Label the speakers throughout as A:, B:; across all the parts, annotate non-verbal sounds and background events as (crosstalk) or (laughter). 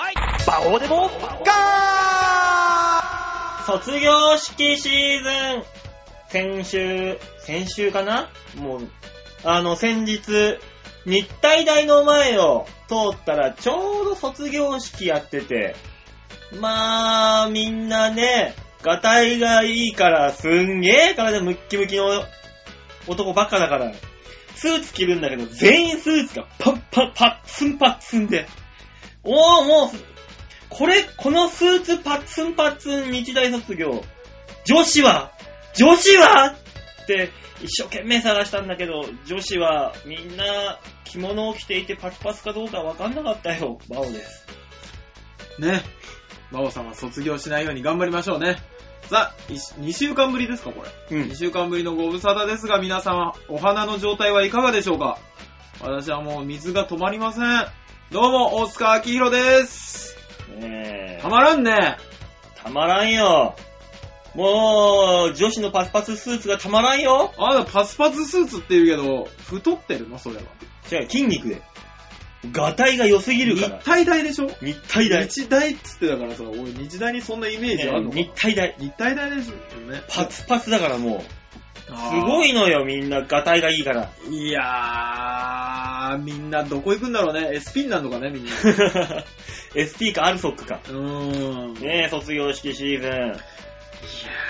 A: ここでもガー卒業式シーズン先週、先週かなもう、あの、先日、日体大の前を通ったらちょうど卒業式やってて、まあ、みんなね、ガタイがいいから、すんげえ体ムッキムキの男ばっかだから、スーツ着るんだけど、全員スーツがパッパッパッツンパッツンで、おーもう、これ、このスーツパッツンパッツン日大卒業、女子は、女子はって一生懸命探したんだけど、女子はみんな着物を着ていてパツパツかどうかわかんなかったよ、バオです。
B: ね。馬王さんは卒業しないように頑張りましょうね。さあ、2週間ぶりですか、これ。
A: う
B: 2。週間ぶりのご無沙汰ですが、皆様、お花の状態はいかがでしょうか私はもう水が止まりません。どうも、大塚明宏です。
A: ねえ
B: たまらんね。
A: たまらんよ。もう、女子のパツパツスーツがたまらんよ。
B: あなたパスパツスーツって言うけど、太ってるのそれは。
A: 違う、筋肉で。ガタイが良すぎるから
B: 日。体大でしょ
A: 日体大。
B: 日大っつってだからさ、俺日大にそんなイメージあるのかな、
A: 日体大。
B: 日体大ですよね。
A: パツパツだからもう。
B: す
A: すごいのよ、みんな。ガタイがいいから。 (laughs)
B: いやー、みんなどこ行くんだろうね。SP になるのかね、みんな。う
A: SP かアルソックか。
B: ーん。
A: ねえ、卒業式シーズン。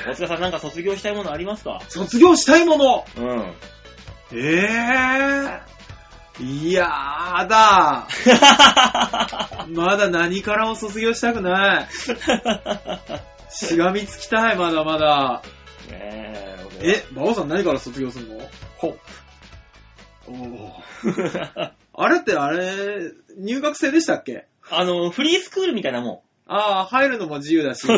A: 大塚さんなんか卒業したいものありますか
B: 卒業したいもの
A: うん。 (laughs)
B: えー。いやー (laughs) だ。まだ何からも卒業したくない。しがみつきたい、まだまだ。
A: ねえ、
B: え、馬王さん何から卒業するの
A: ほっ。
B: おーあれってあれ、入学生でしたっけ
A: (laughs) あの、フリースクールみたいなも
B: ああ、入るのも自由だ (laughs) し、
A: ん。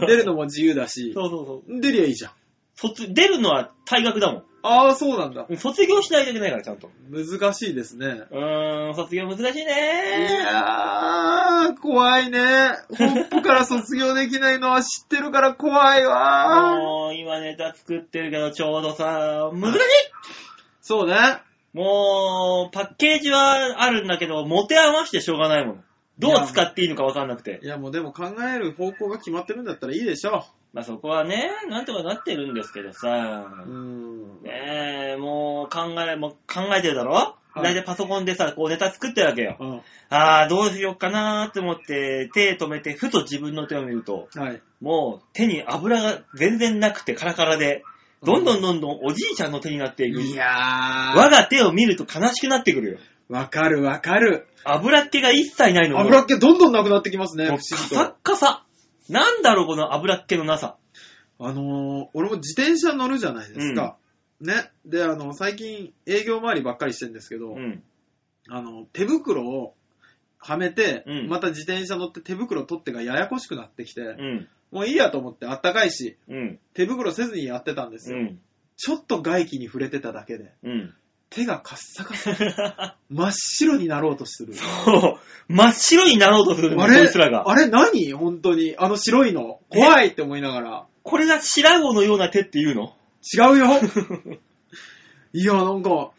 A: 出
B: 出るのも自由だし、
A: そうそうそう。
B: 出りゃいいじゃん。
A: 卒、出るのは退学だも
B: ああ、そうなんだ。
A: ん。卒業しないといけないから、ちゃんと。
B: 難しいですね。
A: うーん、卒業難しい
B: い
A: ね
B: やー、怖いね。ホップから卒業できないのは知ってるから怖いわー。
A: もう、今ネタ作ってるけど、ちょうどさ、難しい
B: そうね。
A: もう、パッケージはあるんだけど、持て余してしょうがないもの。どう使っていいのかわかんなくて。
B: いや、もうでも考える方向が決まってるんだったらいいでしょ
A: まあそこはね、なんとかなってるんですけど
B: う。
A: さ
B: う、ん。
A: ねえ、もう考え、もう考えてるだろ
B: い
A: 大体パソコンでさ、こうネタ作ってるわけよ。
B: あ
A: あー、どうしよっかなーって思って、手止めて、ふと自分の手を見ると、
B: はい。
A: もう手に油が全然なくてカラカラで、どんどんどんどんおじいちゃんの手になっていく。
B: いや
A: 我
B: ー、
A: が手を見ると悲しくなってくるよ。
B: わかるわかる。
A: 油っ気が一切ないの
B: 油っ気どんどんなくなってきますね、不
A: もうカ
B: 思議
A: サッ
B: と。
A: カサ。なんだろう、この油っ気のなさ。
B: あのー、俺も自転車乗るじゃないですか。ね。で、あの、最近営業回りばっかりしてるんですけど、
A: うん。
B: あの、手袋をはめて、
A: うん
B: また自転車乗って手袋取ってがややこしくなってきて、
A: うん。
B: もういいやと思ってあったかいし、
A: うん。
B: 手袋せずにやってたんです
A: う
B: よ。
A: ん。
B: ちょっと外気に触れてただけで、
A: うん。
B: 手がカッサカサ、真っ白になろうとする。
A: そう。 (laughs) 真っ白になろうとするの、
B: あ
A: こい
B: れ
A: つらが。
B: あれ何本当に。あの白いの。怖いって思いながら。
A: これが白子のような手っていうの
B: 違うよ
A: (laughs)
B: いや、なんか、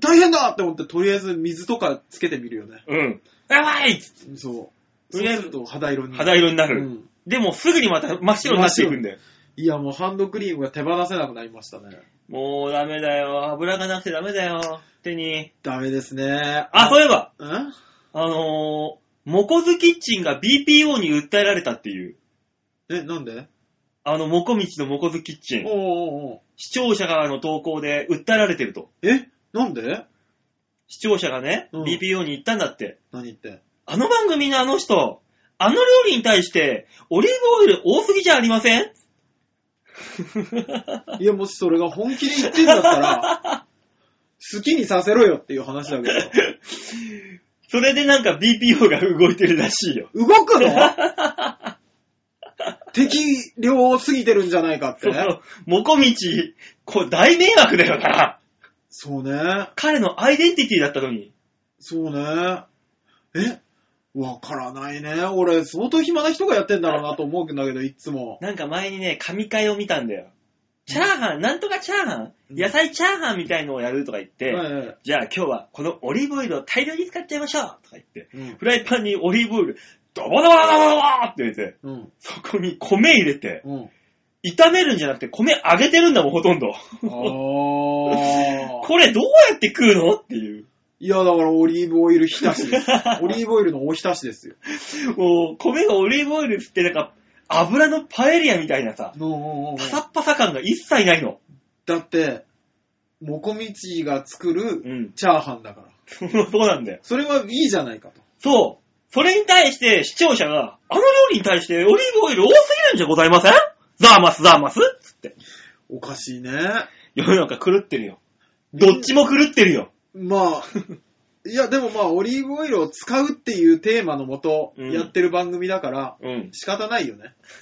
B: 大変だって思って、とりあえず水とかつけてみるよね。
A: うん。やばい
B: そう。
A: とりあえず
B: そうすると肌色に。
A: 肌色になる。
B: うん
A: でもすぐにまた真っ白になっていくんだよ。
B: いや、もうハンドクリームが手放せなくなりましたね。
A: もうダメだよ。油がなくてダメだよ。手に。
B: ダメですね。
A: あ、そういえば、
B: うん
A: あのー、モコズキッチンが BPO に訴えられたっていう。
B: え、なんで
A: あの、モコミチのモコズキッチン。
B: おうおうおう
A: 視聴者からの投稿で訴えられてると。
B: え、なんで
A: 視聴者がね、
B: うん
A: BPO に行ったんだって。
B: 何言って。
A: あの番組のあの人、あの料理に対して、オリーブオイル多すぎじゃありません
B: いや、もしそれが本気で言ってんだったら、 (laughs) 好きにさせろよっていう話だけ
A: それでなんか BPO が動いてるらしいよ。
B: ど。動くの (laughs) 適量を過ぎてるんじゃないかって
A: そ
B: ね。
A: の、もこみち、これ大迷惑だよな。
B: そうね。
A: 彼のアイデンティティだったのに。
B: そうね。えわからないね。俺、相当暇な人がやってんだろうなと思うんだけど、いつも。
A: なんか前にね、神会を見たんだよ。チャーハン、なんとかチャーハン、
B: うん
A: 野菜チャーハンみたいのをやるとか言って、
B: はいはい
A: じゃあ今日はこのオリーブオイルを大量に使っちゃいましょうとか言って、
B: うん
A: フライパンにオリーブオイルドボドボドボドボって入れて、
B: うん。
A: そこに米入れて、
B: うん。
A: 炒めるんじゃなくて米揚げてるんだもん、ほとんど。
B: あー。
A: これどうやって食うのって (laughs) いう。
B: いや、だからオリーブオイル浸しです。 (laughs) オリーブオイルのお浸しですよ。
A: もう、米がオリーブオイル吸って、なんか、油のパエリアみたいなさ、
B: うんうんうんうん
A: パサッパサ感が一切ないの。
B: だって、もこみちが作
A: う
B: る
A: ん。
B: チャーハンだから。
A: そうなんだよ。
B: それはいいじゃないかと。
A: そう。それに対して視聴者が、あの料理に対してオリーブオイル多すぎるんじゃございませんザーマス、ザーマスつって。
B: おかしいね。
A: 世の中狂ってるよ。どっちも狂ってるよ。
B: (laughs) まあ、いや、でもまあ、オリーブオイルを使うっていうテーマのもと、
A: うん
B: やってる番組だから、
A: うん。
B: 仕方ないよね。
A: (laughs)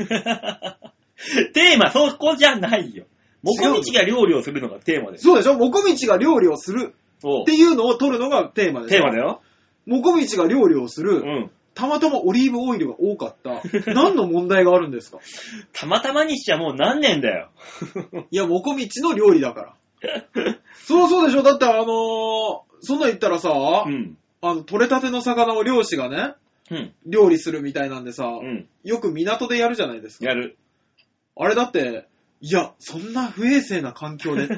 A: テーマ、そこじゃないよ。もこみちが料理をするのがテーマです。
B: そうでしょもこみちが料理をする
A: そ
B: っていうのを取るのがテーマ
A: う。
B: で
A: テ
B: す
A: ーマだよ。
B: もこみちが料理をする、
A: うん。
B: たまたまオリーブオイルが多かった。何の問題があるんですか
A: たまたまにしちゃもう何年だよ。
B: (laughs) いや、もこみちの料理だから。 (laughs) そうそうでしょだってあのーそんなん言ったらさ、
A: うん。
B: あの、取れたての魚を漁師がね、
A: うん。
B: 料理するみたいなんでさ、
A: うん。
B: よく港でやるじゃないですか。
A: やる。
B: あれだって、いや、そんな不衛生な環境 (laughs) で、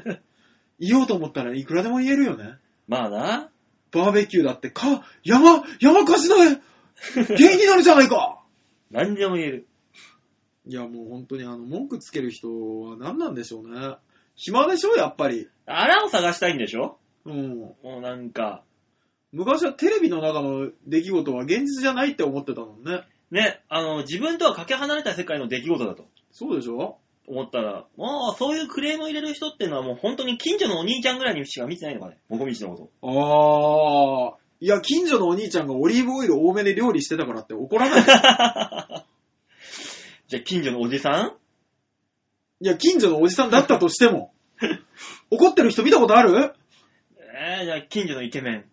B: 言おうと思ったらいくらでも言えるよね。
A: まあな。
B: バーベキューだって、か、山、山かし (laughs) なげ、原因になるじゃないか
A: 何でも言える。
B: いや、もう本当にあの、文句つける人は何なんでしょうね。暇でしょ、やっぱり。
A: あらを探したいんでしょ
B: うん。
A: もうなんか、
B: 昔はテレビの中の出来事は現実じゃないって思ってたもんね。
A: ね、あの、自分とはかけ離れた世界の出来事だと
B: そうでしょ
A: 思ったら、もうそういうクレームを入れる人ってのはもう本当に近所のお兄ちゃんぐらいにしか見てないのかね。もこみちのこと。
B: あー。いや、近所のお兄ちゃんがオリーブオイル多めで料理してたからって怒
A: (laughs)
B: らない。
A: じゃあ近所のおじさん
B: いや、近所のおじさんだったとしても。怒ってる人見たことある
A: えー、じゃあ近所のイケメン。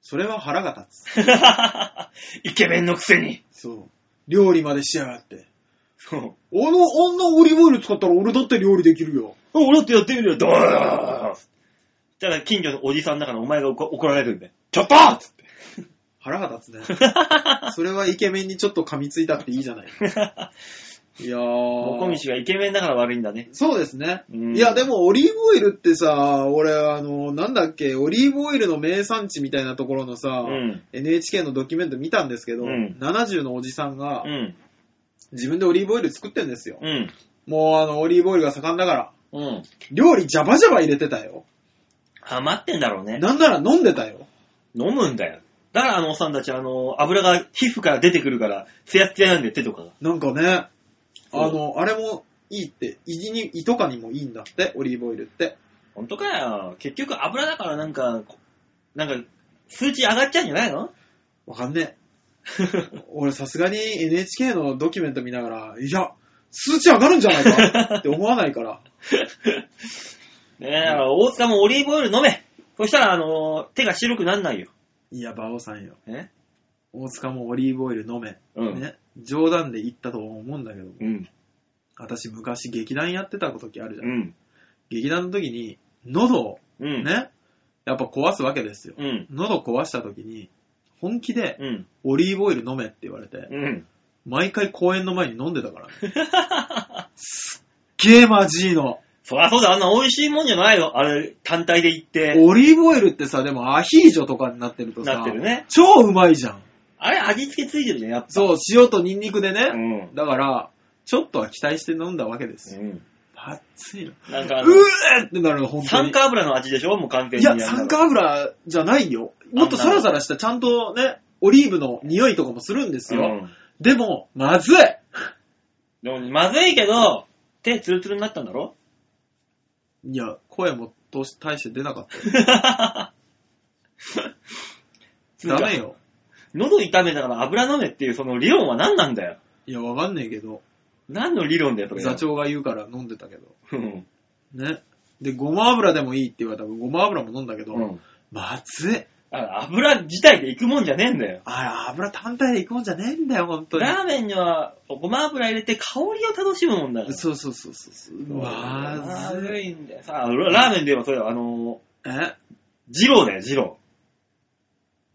B: それは腹が立つ。
A: (laughs) イケメンのくせに。
B: そう。料理までしやがって。
A: そう。
B: あの、あんなオリーブオイル使ったら俺だって料理できるよ。
A: 俺だってやってみるよ。どうよただ近所のおじさんだからお前が怒怒られるんで。ちょっとつって。
B: 腹が立つね。
A: (laughs)
B: それはイケメンにちょっと噛みついたっていいじゃない。いやー。
A: もこみちがイケメンだから悪いんだね。
B: そうですね。
A: うん
B: いや、でもオリーブオイルってさ、俺、あの、なんだっけ、オリーブオイルの名産地みたいなところのさ、
A: うん。
B: NHK のドキュメント見たんですけど、
A: うん
B: 70のおじさんが
A: うん。
B: 自分でオリーブオイル作ってんですよ。
A: うん。
B: もうあの、オリーブオイルが盛んだから、
A: うん。
B: 料理ジャバジャバ入れてたよ。
A: ハマってんだろうね。
B: なんなら飲んでたよ。
A: 飲むんだよ。だからあのおっさんたち、あの、油が皮膚から出てくるから、ツヤツヤなんで手とかが。
B: なんかね、
A: そう
B: あの、あれもいいって、胃に、胃とかにもいいんだって、オリーブオイルって。
A: ほんとかよ。結局油だからなんか、こなんか、数値上がっちゃうんじゃないの
B: わかんねえ。俺さすがに NHK のドキュメント見ながら、いや、数値上がるんじゃないかって思わないから。
A: (laughs) ねえ、だから大塚もオリーブオイル飲め。そしたら、あの、手が白くなんないよ。
B: (laughs) いや、バオさんよ。
A: ね。
B: 大塚もオリーブオイル飲め。
A: うん。
B: ね。冗談で言ったと思うんだけど、
A: うん。
B: 私昔劇団やってた時あるじゃん。
A: うん。
B: 劇団の時に、喉を
A: うん。
B: ね、やっぱ壊すわけですよ。
A: うん。
B: 喉壊した時に、本気で
A: うん。
B: オリーブオイル飲めって言われて、
A: うん。
B: 毎回公演の前に飲んでたからね。 (laughs) すっげえマジーの。
A: そりゃそうだ、あんな美味しいもんじゃないよ。あれ、単体で言って、
B: オリーブオイルってさ、でもアヒージョとかになってるとさ、
A: なってるね。
B: 超うまいじゃん。
A: あれ、味付けついてるね、やっぱ。
B: そう、塩とニンニクで
A: う
B: ね。
A: ん。
B: だから、ちょっとは期待して飲んだわけですよ。
A: うん。
B: 熱いの。
A: なんかあの、
B: うえーってなるの、本当
A: 酸
B: に。
A: 化油の味でしょもう完全
B: い
A: に。
B: や、酸化油じゃないよ。もっとサラサラした、ちゃんとね、オリーブの匂いとかもするんです
A: う
B: よ。
A: ん。
B: でも、まずい
A: でも、まずいけど、手ツルツルになったんだろ (laughs)
B: いや、声もとし大して出なかったよ。ダメ。よ。
A: 喉痛めたから油飲めっていうその理論は何なんだよ。
B: いや、わかんねえけど、
A: 何の理論だよ、それ。
B: 座。長が言うから飲んでたけど。
A: うん。
B: ね。で、ごま油でもいいって言われたから、ごま油も飲んだけど、
A: うん。
B: まずい。
A: だから油自体で行くもんじゃねえんだよ。
B: あれ、油単体でいくもんじゃねえんだよ、本当に。
A: ラーメンにはごま油入れて香りを楽しむもんだから。
B: そうそうそうそうそう。ま
A: ま
B: ず
A: ず
B: い。
A: いんだよ。さあ、ラーメンで言えばそれは、あの
B: え
A: ー、ジローだよ、ジロ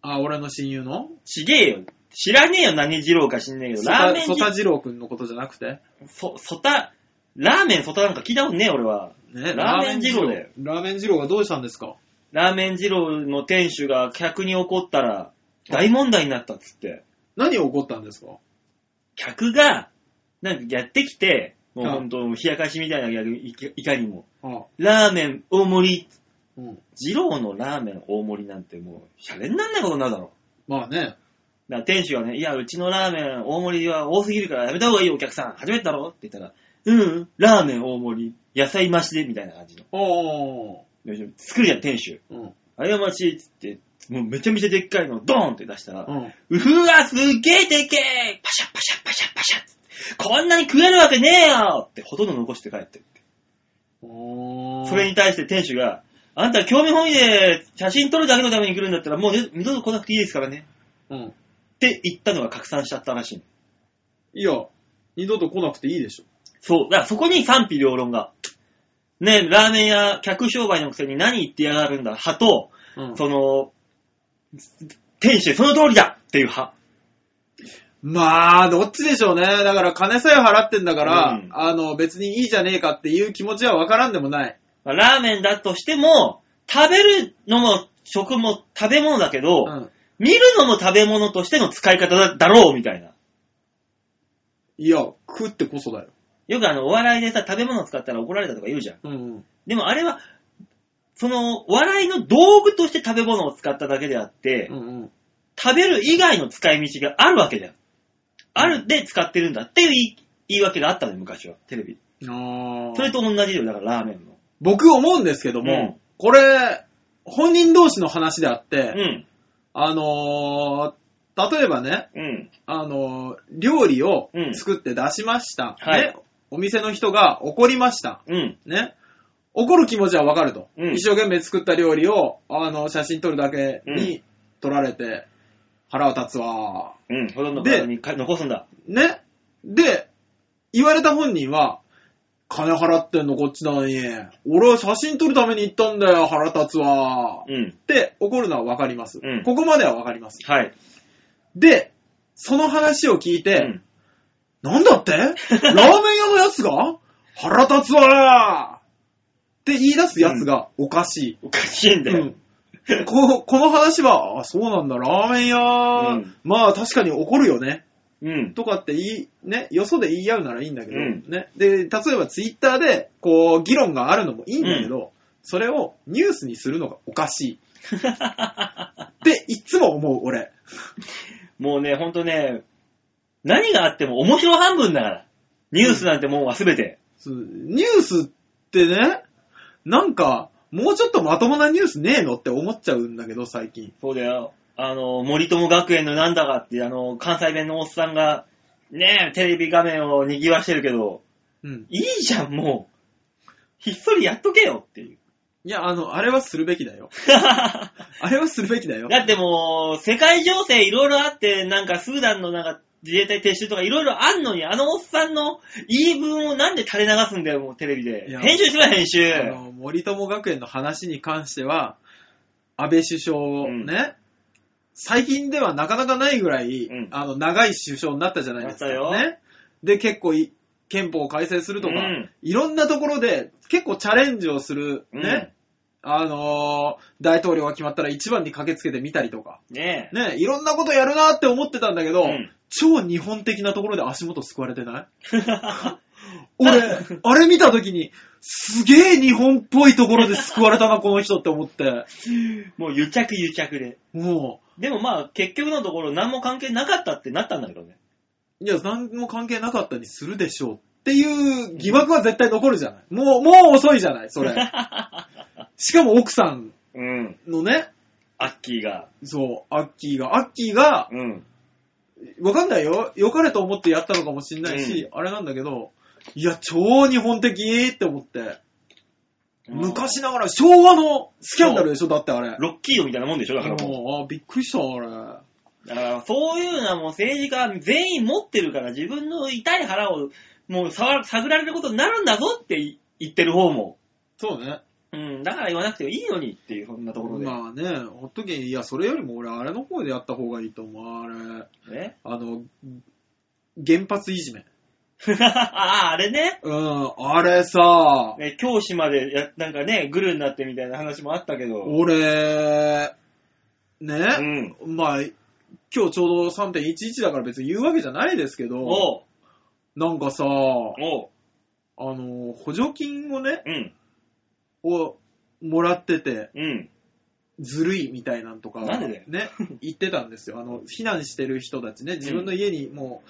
B: あ、俺の親友の
A: ー。ちげえよ。知らねえよ、何二郎か知んねえけど、ラーメン
B: ソ
A: 二
B: タジローくんのことじゃなくて
A: そ、そた、ラーメンそたなんか聞いたことねえ、俺は。
B: ね
A: ラーメン二郎だよ。
B: ラーメン二郎がどうしたんですか
A: ラーメン二郎の店主が客に怒ったら、大問題になったっつって。
B: 何を怒ったんですか
A: 客が、なんかやってきて、もう
B: うん
A: ほんと、冷やかしみたいなギャグ、いいかにも。
B: あ
A: ラーメン大盛り。
B: うん。
A: 二郎のラーメン大盛りなんてもう、シャレになんないことになるだろ。
B: まあね。
A: だから店主がね、いや、うちのラーメン大盛りは多すぎるからやめた方がいいよ、お客さん。初めてだろって言ったら、うんうん、ラーメン大盛り、野菜増しで、みたいな感じの。
B: おー。
A: で作るじゃん、店主。
B: うん。
A: あれはましいっつって、もうめちゃめちゃでっかいのをドーンって出したら、
B: うん。
A: うわ、すっげえでけえパシャパシャパシャパシャっつってこんなに食えるわけねえよってほとんど残して帰ってって。
B: おー。
A: それに対して店主が、あんた興味本位で写真撮るだけのために来るんだったらもうね二度と来なくていいですからね。
B: うん。
A: って言ったのが拡散しちゃったらしいの。
B: いや、二度と来なくていいでしょ。
A: そう。だからそこに賛否両論が。ねえ、ラーメン屋、客商売のくせに何言ってやがるんだ派と、
B: うん
A: その、店主、その通りだっていう派。
B: まあ、どっちでしょうね。だから金さえ払ってんだから、
A: うん
B: あの、別にいいじゃねえかっていう気持ちはわからんでもない。
A: まあラーメンだとしても、食べるのも食も食べ物だけど、
B: うん。
A: 見るのも食べ物としての使い方だだろうみたいな。
B: いや、食ってこそだよ。
A: よくあの、お笑いでさ、食べ物を使ったら怒られたとか言うじゃん。
B: うんうん。
A: でもあれは、その、お笑いの道具として食べ物を使っただけであって、
B: うんうん。
A: 食べる以外の使い道があるわけじゃん。あるで使ってるんだっていう言い言い訳があったのよ、昔は。テレビ。
B: あー
A: それと同じよ、だからラーメンの。
B: 僕思うんですけども、
A: うん
B: これ、本人同士の話であって、
A: うん。
B: あのー例えばね、
A: うん。
B: あのー料理を
A: うん
B: 作って出しました。
A: はい
B: ね、お店の人が怒りました。
A: うん。
B: ね。怒る気持ちはわかると、
A: うん
B: 一生懸命作った料理を、あの、写真撮るだけ
A: う
B: に撮られて、腹は立つわ。
A: うん。ほとんど体にか残すんだ。
B: ね。で、言われた本人は、金払ってんのこっちなのに、俺は写真撮るために行ったんだよ、腹立つわ。
A: うん。
B: って怒るのはわかります、
A: うん
B: ここまではわかります。
A: はい。
B: で、その話を聞いて、
A: うん
B: なん
A: (laughs)
B: だってラーメン屋のやつが腹立つわーって言い出すやつがおかしい。
A: おかしいんだよ。
B: うんここの話は、あ、そうなんだ、ラーメン屋、
A: うん
B: まあ確かに怒るよね、
A: うん。
B: とかって言い、ね、よそで言い合うならいいんだけど、
A: うん
B: ね。で、例えばツイッターで、こう、議論があるのもいいんだけど、それをニュースにするのがおかしい。 (laughs) って、いつも思う、俺。
A: もうね、ほんとね、何があっても面白半分だから。ニュースなんてもう忘れて。
B: そうニュースってね、なんか、もうちょっとまともなニュースねえのって思っちゃうんだけど、最近。
A: そうだよ。あの、森友学園のなんだかって、あの、関西弁のおっさんが、ねえ、テレビ画面を賑わしてるけど、
B: うん。
A: いいじゃん、もう。ひっそりやっとけよっていう。 (laughs)
B: いや、あの、あれはするべきだよ。あれはするべき
A: (laughs)
B: だよ。
A: だってもう、世界情勢いろいろあって、なんかスーダンのなんか自衛隊撤収とかいろいろあんのに、あのおっさんの言い分をなんで垂れ流すんだよ、もうテレビで
B: い。や
A: 編集しろ、編集。
B: あの、森友学園の話に関しては、安倍首相ね、
A: ん
B: 最近ではなかなかないぐらい、
A: うん
B: あの、長い首相になったじゃないですか、
A: なった
B: ね。で、結構い、憲法を改正するとか、
A: うん
B: いろんなところで結構チャレンジをする、ね。あのー大統領が決まったら一番に駆けつけてみたりとか、
A: うん。ねえ。
B: ね、いろんなことやるなって思ってたんだけど、
A: うん
B: 超日本的なところで足元救われてない俺、あれ見たときに、すげえ日本っぽいところで救われたな、この人って思って。
A: もう癒着癒着で。
B: も
A: でもまあ、結局のところ何も関係なかったってなったんだけどね。
B: う、いや、何も関係なかったにするでしょうっていう疑惑は絶対残るじゃない。もう、もう遅いじゃない、
A: (laughs)
B: それ。しかも奥さん
A: うん。
B: のね、
A: アッキーが。
B: そう、アッキーが、アッキーが、
A: うん。
B: わかんないよ。良かれと思ってやったのかもしんないし、あれなんだけど、いや、超日本的って思って。昔ながら昭和のスキャンダルでしょだってあれ。
A: ロッキードみたいなもんでしょだからもう。
B: もう、あ、びっくりした、あれ。
A: だから、そういうのはもう政治家全員持ってるから、自分の痛い腹をもう触ら探られることになるんだぞって言ってる方も、
B: そうね。
A: うん、だから言わなくていいのにっていう、そんなところで。
B: まあね、ほっとけ、いや、それよりも俺、あれの方でやった方がいいと思う、あれ。
A: ね。 (laughs)
B: あの、原発いじめ。
A: ああ、あれね。
B: うん、あれさ、
A: え教師までや、なんかね、グルになってみたいな話もあったけど。
B: 俺、
A: う
B: ね、
A: ん。
B: まあ、今日ちょうど3.11だから別に言うわけじゃないですけど、
A: おう。
B: なんかさ、
A: おう。
B: あの、補助金をね、
A: うん。
B: をもらってて、
A: うん。
B: ずるいみたいなんとか、
A: なんでだよ (laughs)
B: ね、言ってたんですよ。あの、避難してる人たちね、自分の家にもう、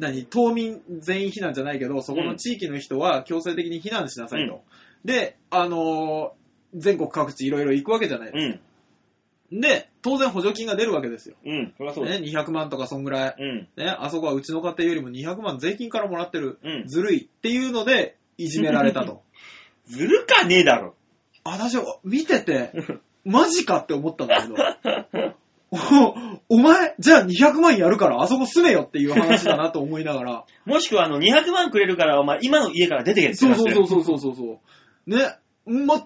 B: 何、島民全員避難じゃないけど、そこの地域の人は強制的に避難しなさいと。で、あのー全国各地いろいろ行くわけじゃない。
A: うん。
B: で、当然補助金が出るわけですよ。
A: うん。そりゃそうだ。
B: ね、200万とかそんぐらい。
A: うん。
B: ね、あそこはうちの家庭よりも200万税金からもらってる。
A: うん。
B: ずるいっていうので、いじめられたと。
A: ずるかねえだろ。
B: 私、見てて、マジかって思ったんだけど。
A: (laughs)
B: おお前、じゃあ200万やるから、あそこ住めよっていう話だなと思いなが
A: (laughs)
B: ら。
A: もしくは、あの、200万くれるから、お前、今の家から出てけって
B: そう
A: 話
B: そう
A: だ
B: そ
A: よ。
B: うそうそうそうそう。ね、全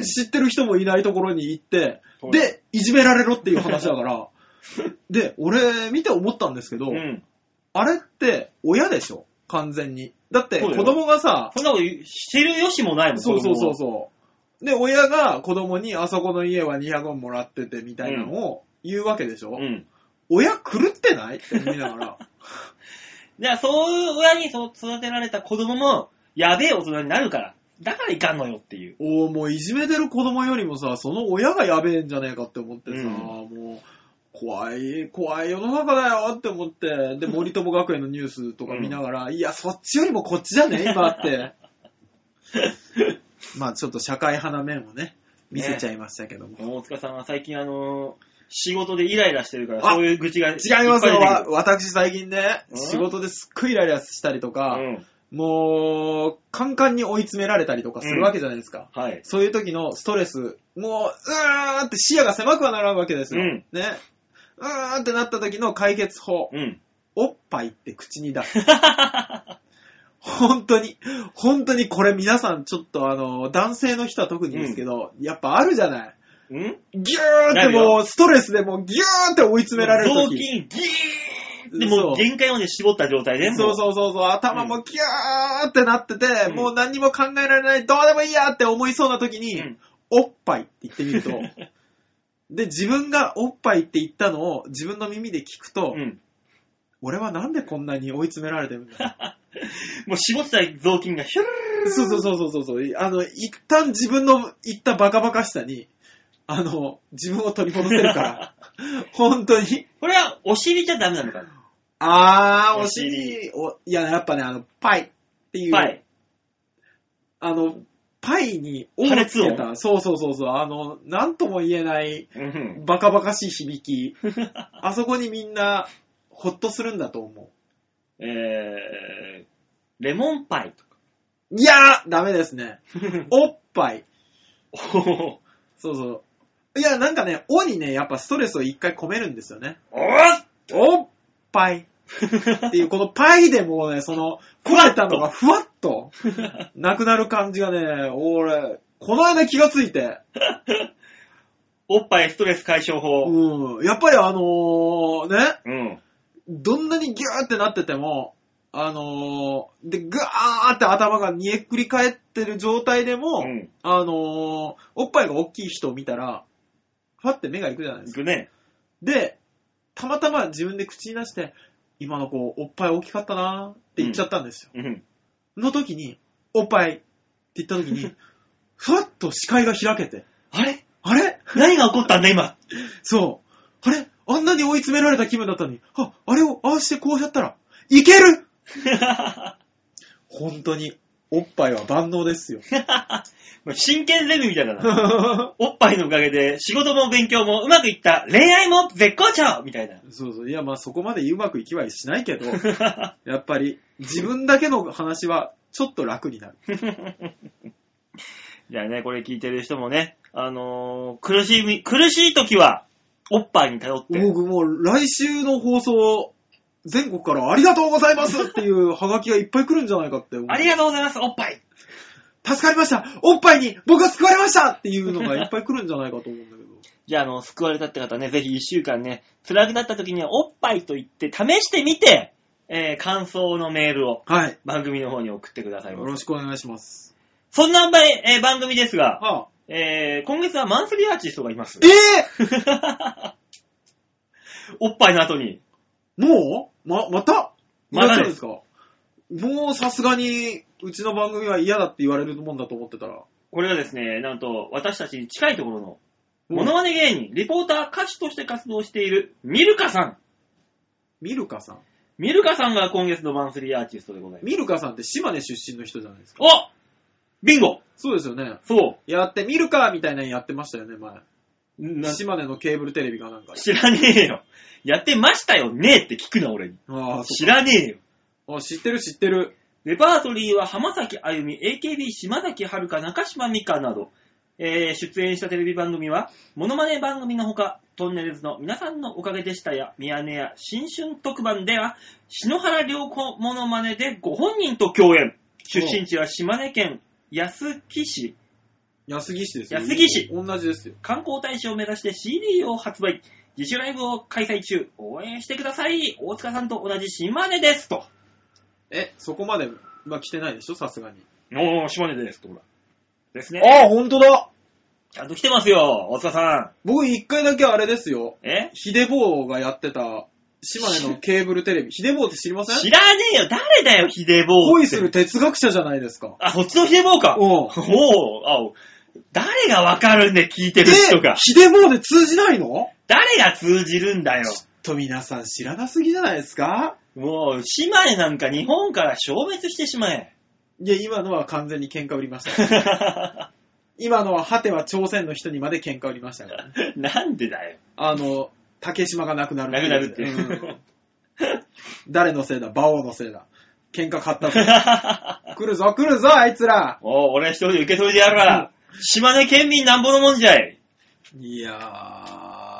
B: く知ってる人もいないところに行って、
A: うん
B: で、いじめられろっていう話
A: (laughs)
B: だから。で、俺、見て思ったんですけど、
A: うん。
B: あれって親でしょ完全に。だって、
A: そうだ
B: 子
A: よ
B: 供がさ、
A: そんなことしてるよしもないもん、
B: そうそうそ
A: 子供
B: うそう。で、親が子供にあそこの家は200万もらっててみたいなのを言うわけでしょ、
A: うん。
B: 親狂ってないって見ながら。 (laughs)
A: じゃあ、そういう親にそう育てられた子供も、やべえ大人になるから。だからいかんのよっていう。
B: おーもういじめてる子供よりもさ、その親がやべえんじゃねえかって思ってさ、
A: うん
B: もう、怖い、怖い世の中だよって思って、で、森友学園のニュースとか見ながら、いや、そっちよりもこっちじゃねえ今 (laughs) って。まあ、ちょっと社会派な面をね、見せちゃいましたけども。
A: 大塚さんは最近、あのー仕事でイライラしてるから、
B: あ
A: そういう愚痴が。違い
B: 違いますよ。わ
A: わ。
B: 私最近ね、
A: うん
B: 仕事ですっごいイライラしたりと
A: う
B: か、
A: ん。
B: もう、カンカンに追い詰められたりとかするわけじゃないですか。
A: はい。
B: そういう時のストレス、もう、うーんって視野が狭くはならんわけですよ。
A: うん
B: ね。うーんってなった時の解決法。
A: うん。
B: (laughs) おっぱいって口に出す。本当に、本当にこれ皆さんちょっとあの、男性の人は特にですけど、やっぱあるじゃない。
A: うん
B: ギューって
A: なる
B: もう、
A: よ
B: ストレスでもうギューって追い詰められる
A: 雑
B: 時。
A: 巾ギーンでもう限界まで絞った状態で。
B: そう
A: う。
B: そうそうそう、頭もギューってなってて、
A: うん
B: もう何にも考えられない、どうでもいいやって思いそうな時に、
A: うん
B: おっぱいって言ってみ
A: (laughs)
B: ると、で、自分がおっぱいって言ったのを自分の耳で聞くと、
A: うん。
B: 俺はなんでこんなに追い詰められてるん
A: (laughs)
B: だ
A: もう絞った雑巾がヒュル
B: そうそうそうそうそう、あの、一旦自分の言ったバカバカしさに、あの、自分を取り戻せ
A: (laughs)
B: るから、本当に。
A: これはお尻じゃダメなのかな
B: あー、お
A: お尻
B: 尻、おいや、やっぱね、あの、パイっていう、
A: パイ。
B: あの、パイにを
A: 破
B: つ
A: 裂音
B: けた。そうそうそうそう。あの、なんとも言えない、
A: うん。
B: バカバカしい響 (laughs) き。あそこにみんな、ほっとするんだと思
A: えー、レモンパイとか。
B: う。いやーダメです (laughs) ね。おっぱい。
A: お
B: そうそう。いや、なんかね、おにね、やっぱストレスを一回込めるんですよね。
A: ー
B: おっぱいっていう、このパイでもうね、その、込めたのがふわっと、なくなる感じがね、俺、この間気がついて、
A: おっぱいストレス解消法。
B: うん、やっぱりあのー、ね、
A: うん。
B: どんなにギューってなってても、あのー、で、ぐわーって頭が煮えくり返ってる状態でも、
A: うん。
B: あのー、おっぱいが大きい人を見たら、ファって目が行くじゃないで
A: い
B: すか。
A: くね。
B: で、たまたま自分で口に出して、今の子、おっぱい大きかったなーって言っちゃったんですよ。
A: うん。
B: の時に、おっぱいって言った時
A: (laughs)
B: に、ふわっと視界が開けて、
A: あれ
B: あれ
A: 何が起こったんだ今。
B: そう。あれあんなに追い詰められた気分だったのに、あ、あれをああしてこうやったら、いける本当に、おっぱいは万能ですよ。
A: 真剣ゼミみたいだな。おっぱいのおかげで仕事も勉強もうまくいった。恋愛も絶好調みたいな。
B: そうそう。いや、まあそこまでうまくいきはしないけ (laughs) ど、やっぱり、自分だけの話は、ちょっと楽になる。
A: じゃあね、これ聞いてる人もね、あのー苦しみ、苦しい時は、おっぱいに頼って。
B: 僕もう来週の放送、全国からありがとうございますっていうハガキがいっぱい来るんじゃないかって思う。
A: ありがとうございます、おっぱい。
B: 助かりましたおっぱいに僕は救われましたっていうのがいっぱい来るんじゃないかと思うんだけど。
A: じゃあ、あの、救われたって方ね、ぜひ一週間ね、辛くなった時にはおっぱいと言って試してみて、えー、感想のメールを
B: はい。
A: 番組の方に送ってください
B: よ。ろしくお願いします。
A: そんな番,、えー番組ですが、
B: はあ、
A: えー、今月はマンスリーアーティストがいます
B: え。
A: おっぱいの後に。
B: ー、もうま、また
A: まだ
B: やっちゃうん
A: で
B: ですかもうさすがに、うちの番組は嫌だって言われるもんだと思ってたら。
A: これはですね、なんと私たちに近いところの、
B: うん
A: モノマネ芸人、リポーター、歌手として活動している、ミルカさん。
B: ミルカさん。
A: ミルカさんが今月のマンスリーアーティストでございます。
B: ミルカさんって島根出身の人じゃないですか。
A: おビンゴ
B: そうですよね。
A: そ
B: やって、ミルカみたいなのやってましたよね、前。
A: うな
B: 島根のケーブルテレビかなんかで。
A: 知らねえよ。やってましたよねえって聞くな、俺に。
B: ああ、そ
A: 知らねえよ。
B: う。あ知ってる知ってる。
A: レパートリーは浜崎あゆみ、AKB 島崎遥香、中島美香など、えー出演したテレビ番組は、モノマネ番組のほか、トンネルズの皆さんのおかげでしたや、ミヤネ屋新春特番では、篠原涼子モノマネでご本人と共演。出身地は島根県安木市。
B: 安木市です
A: 安来市
B: 同じですよ。
A: 観光大使を目指して CD を発売。自主ライブを開催中。応援してください。大塚さんと同じ島根です。と。
B: え、そこまで、まあ、来てないでしょ、さすがに。
A: おー、島根です。と、ほら。ですね。
B: ああ、ほんとだ
A: ちゃんと来てますよ、大塚さ
B: 僕一回だけあれですよ。
A: ん。え
B: ヒデボーがやってた、島根のケーブルテレビ。ヒデボーって知りませ
A: 知
B: ん
A: らねえよ、誰だよ、ヒデボーって。
B: 恋する哲学者じゃないですか。
A: あ、そっちのヒデボーか。お
B: うん。
A: おあお誰がわかるんで聞いて
B: で
A: る人が。
B: ヒデボーで通じないの
A: 誰が通じるんだよ。
B: と皆さん知らなすぎじゃないですか
A: もう、島根なんか日本から消滅してしま
B: (laughs)
A: え。
B: いや、今のは完全に喧嘩売りました。今のは、果ては朝鮮の人にまで喧嘩売りましたからね。
A: なんでだよ。
B: あの、竹島がなくなる。
A: なくなるって。 (laughs)
B: うん誰のせいだ馬王のせいだ。喧嘩買ったぞ。来るぞ、来るぞ、あいつら。
A: おう俺一人で受け取りでやるから。島根県民なんぼのもんじゃい。
B: いや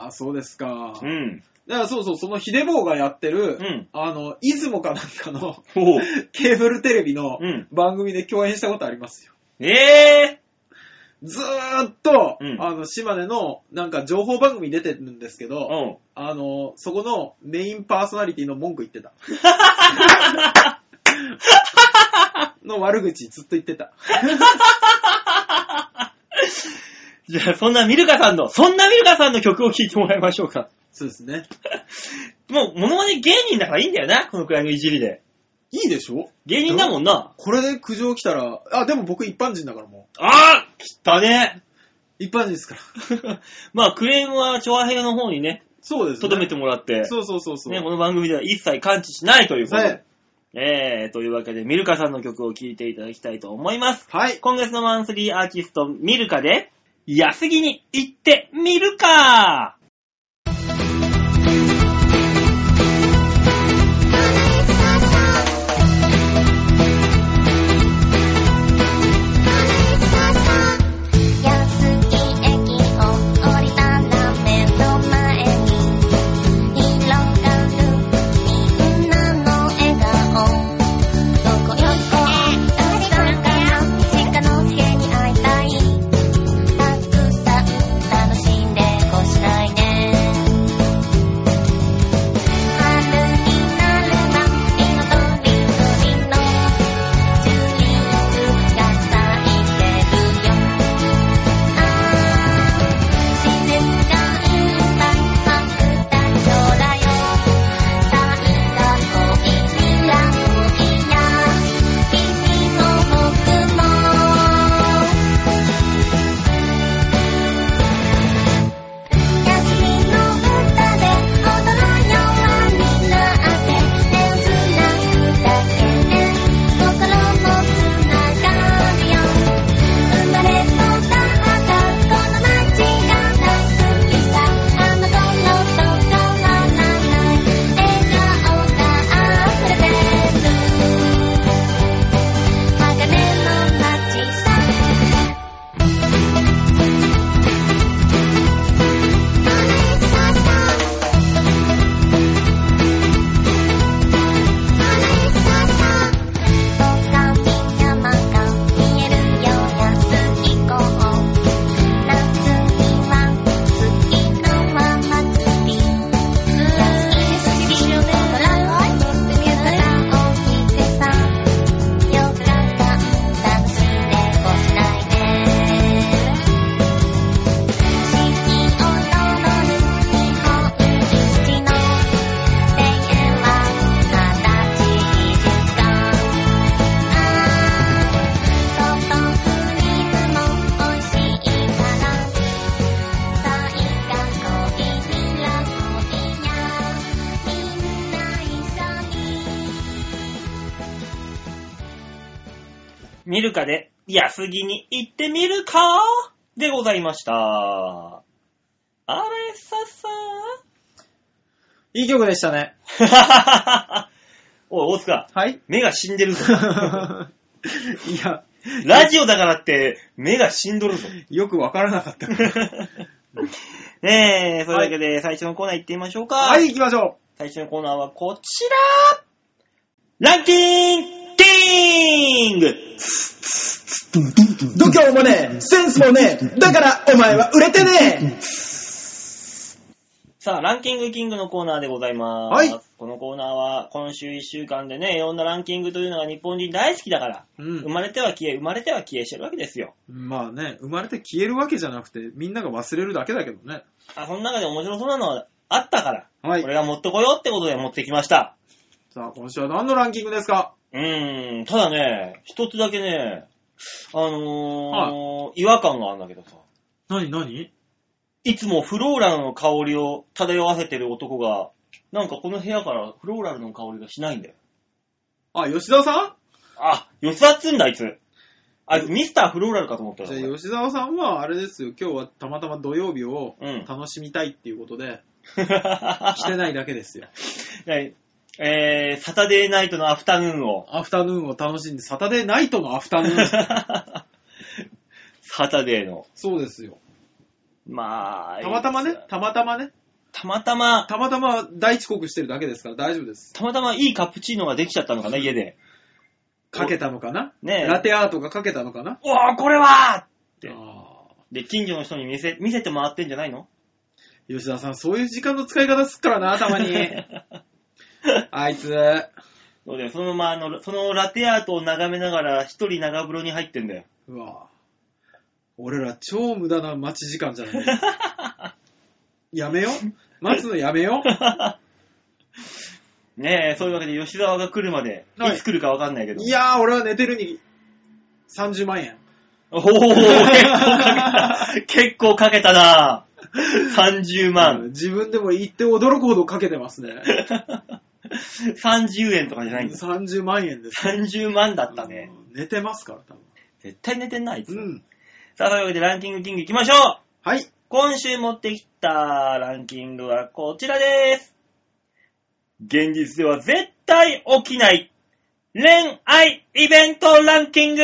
B: ー、そうですか。
A: うん。
B: だからそうそう、そのヒデボーがやってる、
A: うん
B: あの、出雲かなんかの (laughs)
A: おう
B: ケーブルテレビの
A: うん
B: 番組で共演したことありますよ。
A: ええ
B: ずーっと、
A: うん
B: あの、島根のなんか情報番組出てるんですけど、
A: おう
B: あの、そこのメインパーソナリティの文句言っ
A: (laughs)
B: てた。の悪口ずっと言ってた。
A: じゃあ、そんなミルカさんの、そんなミルカさんの曲を聴いてもらいましょうか。
B: そうですね。
A: もう、モノマネ芸人だからいいんだよな、このくらいのいじりで。
B: いいでしょ
A: 芸人だもんな。
B: これで苦情来たら、あ、でも僕一般人だからも
A: あー来たね。
B: う。一般人ですから。
A: (laughs) まあ、クレームは、調和平の方にね、
B: そうですね。
A: とどめてもらって、
B: そうそうそうそう。
A: ね、この番組では一切感知しないということ
B: は
A: で
B: い。
A: えー、というわけで、ミルカさんの曲を聴いていただきたいと思います。
B: はい。
A: 今月のマンスリーアーティスト、ミルカで、安木に行ってみるか
C: 安木駅を降りたら目の前に広がるみんなの笑顔どこよこどこから鹿の助に会いたいたくさん楽しんでこしたいね
A: 見るかで、安木に行ってみるかでございました。あれさ
B: いい曲でしたね。
A: さ (laughs) おい、大塚、 (laughs)
B: はい。
A: 目が死んでる
B: (laughs)
A: ぞ。
B: いや、
A: ラジオだからって、目が死んどる
B: (laughs)
A: ぞ。
B: よくわからな
A: (laughs)
B: かった。
A: ねえ、そういうわけで、最初のコーナー行ってみましょうか。
B: はい、行きましょ
A: 最初のコーナーはこちらランキングキング
B: う。度胸もねえ、センスもねえ、だからお前は売れてね
A: さあ、ランキングキングのコーナーでございます。
B: はい
A: このコーナーは、今週1週間でね、いろんなランキングというのが日本人大好きだから、
B: え。う
A: 生。まれては消え、生まれては消えしてるわけですよ。
B: まあね、生まれて消えるわけじゃなくて、みんなが忘れるだけだけどね。
A: あ、その中で面白そうなのはあったから、
B: は
A: これが持ってこようってことで持ってきました。
B: さあ、今週は何のランキングですか
A: うーん、ただね、一つだけね、あのー違和感があるんだけどさ、
B: 何何
A: いつもフローラルの香りを漂わせてる男が、なんかこの部屋からフローラルの香りがしないんだよ。
B: あ、吉沢さ
A: あ、吉沢っつうんだ、あいつ。あいつ、ミスターフローラルかと思った
B: ん
A: よ
B: じゃあ、吉沢さんはあれですよ、今日はたまたま土曜日を
A: うん
B: 楽しみたいっていうことで、し
A: して
B: ないだけですよ。
A: (laughs) てえー、サタデーナイトのアフタヌーンを。 (laughs)
B: アフタヌーンを楽しんで、サタデーナイトのアフタヌーン。
A: サタデーの。
B: (laughs) そうですよ。
A: まあ、
B: たまたまね、たまたまね、
A: たまたま、
B: たまたま大遅刻してるだけですから大丈夫です。
A: たまたまいいカプチーノができちゃったのかな、家で。
B: かけたのかな
A: ねえ
B: ラテアートがかけたのかな
A: おー、これはって
B: ああ
A: で、近所の人に見せ、見せて回ってんじゃないの
B: 吉沢さん、そういう時間の使い方すっからな、たま
A: (laughs)
B: に。あいつ、
A: そうだよ、そのまま、あの、そのラテアートを眺めながら、一人長風呂に入ってんだよ。 (laughs)
B: うわ俺ら超無駄な待ち時間じゃないですか。
A: (laughs)
B: やめよ待つのやめよ
A: ねえ、そういうわけで吉沢が来るまで、
B: はい
A: いつ来るかわかんないけ (laughs) ど。
B: いやー、俺は寝てるに30万円。
A: おお結構かけた。結構
B: (laughs)
A: かけたな30万。
B: (laughs) 自分でも言って驚くほどかけてますね。
A: 30円とかじゃないんです。
B: 30万円です。
A: 30万だったね。
B: うん寝てますから、多分。
A: 絶対寝てんな、あいつ。
B: うん。
A: さあ、というわけでランキングキング行きましょう
B: はい。
A: 今週持ってきたランキングはこちらです。現実では絶対起きない恋愛イベントランキング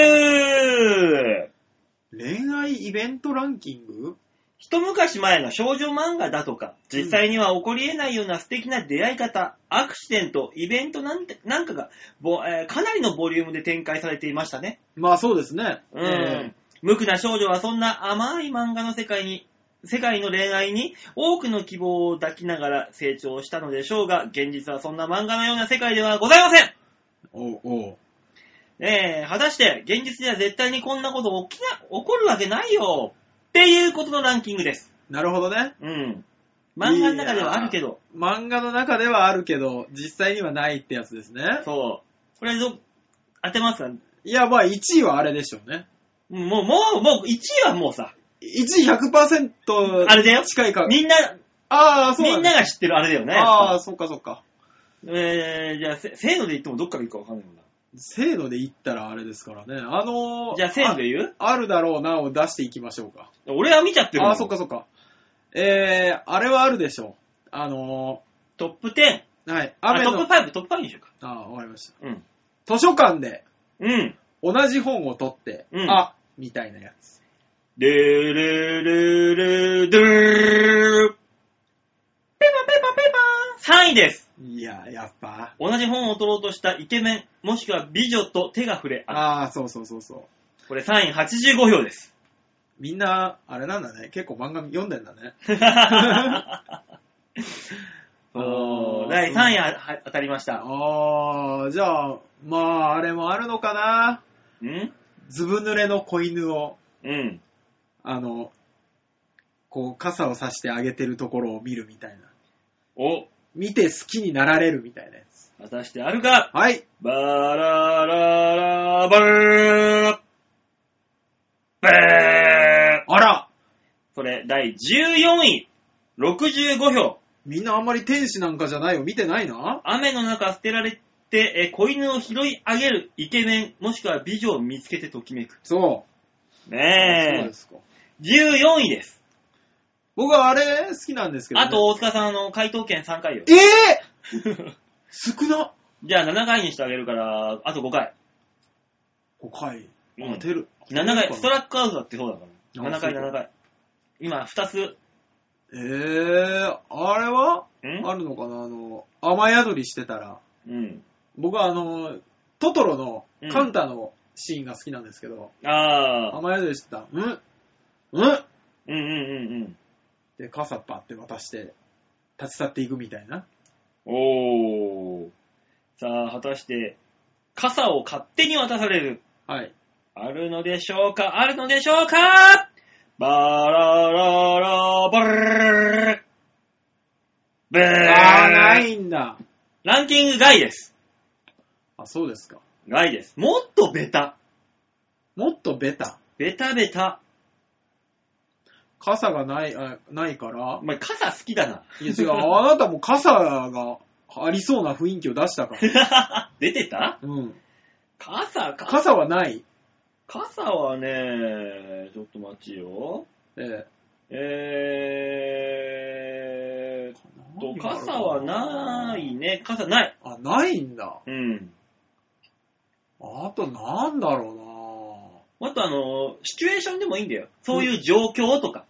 B: 恋愛イベントランキング
A: 一昔前の少女漫画だとか、実際には起こり得ないような素敵な出会い方、アクシデント、イベントなんてなんかが、ぼえーかなりのボリュームで展開されていましたね。
B: まあそうですね。
A: うん。
B: え
A: 無垢な少女はそんな甘い漫画の世界に、世界の恋愛に多くの希望を抱きながら成長したのでしょうが、現実はそんな漫画のような世界ではございません
B: ーおうおう
A: えー、果たして、現実では絶対にこんなこと起きな、起こるわけないよっていうことのランキングです。
B: なるほどね。
A: うん。漫画の中ではあるけど、
B: 漫画の中ではあるけど、実際にはないってやつですね。
A: そう。これど、当てますかも
B: いや、まあ1位はあれでしょうね。
A: う、もう、もう、1位はもうさ、
B: 1位100%
A: あれだよ
B: 近いか。
A: みんな、
B: ああ、そう
A: み
B: なん
A: ん
B: だ
A: なが知ってるあれだよね。
B: ああ、そっかそっか。
A: えー、じゃあ、せ、せーので言ってもどっから行くかわかんないもんな。
B: 制度で言ったらあれですからね。あのー、
A: じゃあ、せーので言う
B: ああるだろうなを出していきましょうか。
A: 俺は見ちゃってるもん
B: ああ、そっかそっか。えー、あれはあるでしょう。あの
A: トップ10。
B: ー、はい。
A: あ、
B: 雨
A: トッ
B: の、
A: プ5、トップ5にしようか。
B: ああ、わかりました。
A: うん。
B: 図書館で
A: うん。
B: 同じ本を取って、
A: うん
B: あ、みたいなやつ。
A: ルールルルドゥルーペパペパペパーン !3 位です
B: いや、やっぱ。
A: 同じ本を取ろうとしたイケメン、もしくは美女と手が触れ合う。
B: ああ、そうそうそうそう。
A: これ3位85票 (laughs) です。
B: みんな、あれなんだね。結構漫画読んでんだね。
A: お
B: う
A: ー
B: ん
A: 第3位はは当たりました。
B: ああ、じゃあ、まあ、あれもあるのかな。
A: うん
B: ずぶ濡れの子犬を、
A: うん。
B: あの、こう、傘を差してあげてるところを見るみたいな。
A: お、
B: 見て好きになられるみたいなやつ。
A: 果たしてあるか
B: はい。
A: バラララバルーバー
B: あら
A: それ、第14位、65票。
B: みんなあんまり天使なんかじゃないよ。見てないな
A: 雨の中捨てられって、えー子犬を拾い上げるイケメン、もしくは美女を見つけてときめく。
B: そう。そう
A: ね
B: ですか。
A: え。14位です。
B: 僕はあれ好きなんですけど、ね。
A: あと、大塚さん、あの、回答権3回よ。
B: ええ少な
A: じゃあ7回にしてあげるから、あと5回。
B: !5 回。
A: うん
B: 当てる。
A: 7回、ストラックアウトだってそうだから。
B: あ
A: 7回、
B: そうか
A: 7回。今、2つ。
B: えー、あれは
A: ん
B: あるのかなあの、雨宿りしてたら、
A: うん。
B: 僕はあの、トトロの
A: うん
B: カンタのシーンが好きなんですけど、
A: ああ。
B: 雨宿りしてたら、んんっ
A: うんうんうんうん。
B: て傘パって渡して、立ち去っていくみたいな。
A: おー。さあ、果たして、傘を勝手に渡される。
B: はい。
A: あるのでしょうかあるのでしょうかバラララバララブー
B: あー、ないんだ。
A: ランキング外です。
B: あ、そうですか。
A: 外です。もっとベタ。
B: もっとベタ。
A: ベタベタ。
B: 傘がない、あないから
A: お、前傘好きだな。
B: いや
A: (laughs)
B: 違う、あなたも傘がありそうな雰囲気を出したから。
A: 出てた
B: うん。
A: 傘か。
B: 傘はない。
A: 傘はね、ちょっと待ちよ。
B: え
A: えーっと
B: ー、
A: 傘はないね。傘ない。
B: あ、ないんだ。
A: うん。
B: あとなんだろ
A: あとあの、シチュエーションでもいいんだよ。そういう状況とか。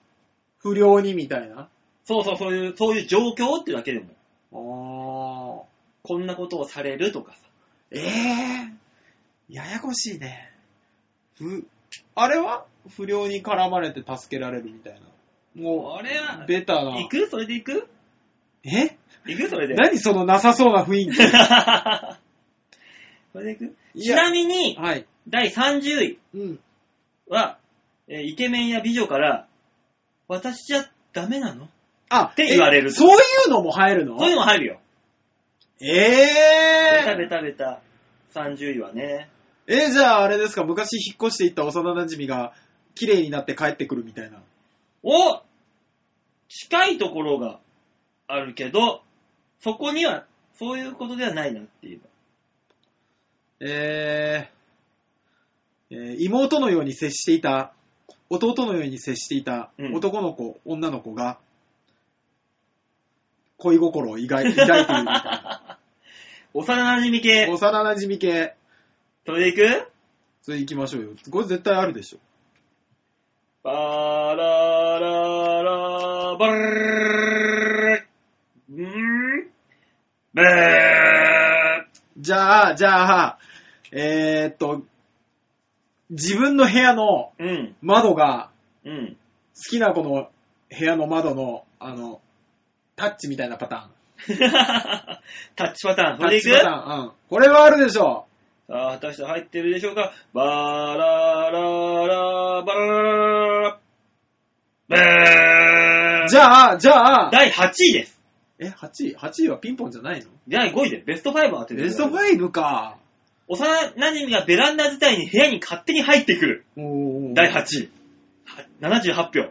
B: うな不良にみたいな。
A: そうそう、そういう、そういう状況っていうだけでも。
B: あー。
A: こんなことをされるとかさ。
B: ええー。ややこしいね。ふ、あれは不良に絡まれて助けられるみたいな。も
A: あれは
B: う、、ベタな。
A: 行くそれで行く
B: え
A: 行くそれで。
B: 何そのなさそうな雰囲気。
A: (laughs) それで行く
B: い
A: ち
B: や
A: なみに、
B: はい。
A: 第30位
B: うん。
A: は、えーイケメンや美女から、私じゃダメなの
B: あ、
A: って言われる
B: えそういうのも入るの
A: そういうの入るよ。
B: え
A: ベタベ
B: え
A: タベタ。30位はね。
B: えじゃああれですか、昔引っ越していった幼馴染が綺麗になって帰ってくるみたいな。
A: お近いところがあるけど、そこには、そういうことではないなっていう。
B: えー、えー妹のように接していた、弟のように接していた
A: うん
B: 男の子、女の子が、恋心を抱い抱いているみた
A: (laughs)
B: いな。
A: 幼馴染系。
B: 幼馴染系、
A: それでいく
B: それ行きましょうよ。これ絶対あるでしょ。
A: バラララバルルルんブー
B: じゃあ、じゃあ、えー、っと、自分の部屋の
A: うん、
B: 窓が、
A: うん。
B: 好きな子の部屋の窓の、あの、タッチみたいなパターン。
A: タッチパターン。そ
B: タ
A: れで
B: ッ
A: い
B: チ
A: く
B: パタ
A: さ
B: ーン。うん。これはあるでしょ
A: あ、果たして入ってるでしょうかバラララバラララブー
B: じゃあ、じゃあ、
A: 第8位です。
B: え、8位 ?8 位はピンポンじゃないの
A: 第5位でベスト5を当てて
B: ベスト5か。
A: 幼馴染がベランダ自体に部屋に勝手に入ってくる。
B: おーおー
A: 第8位。は78票。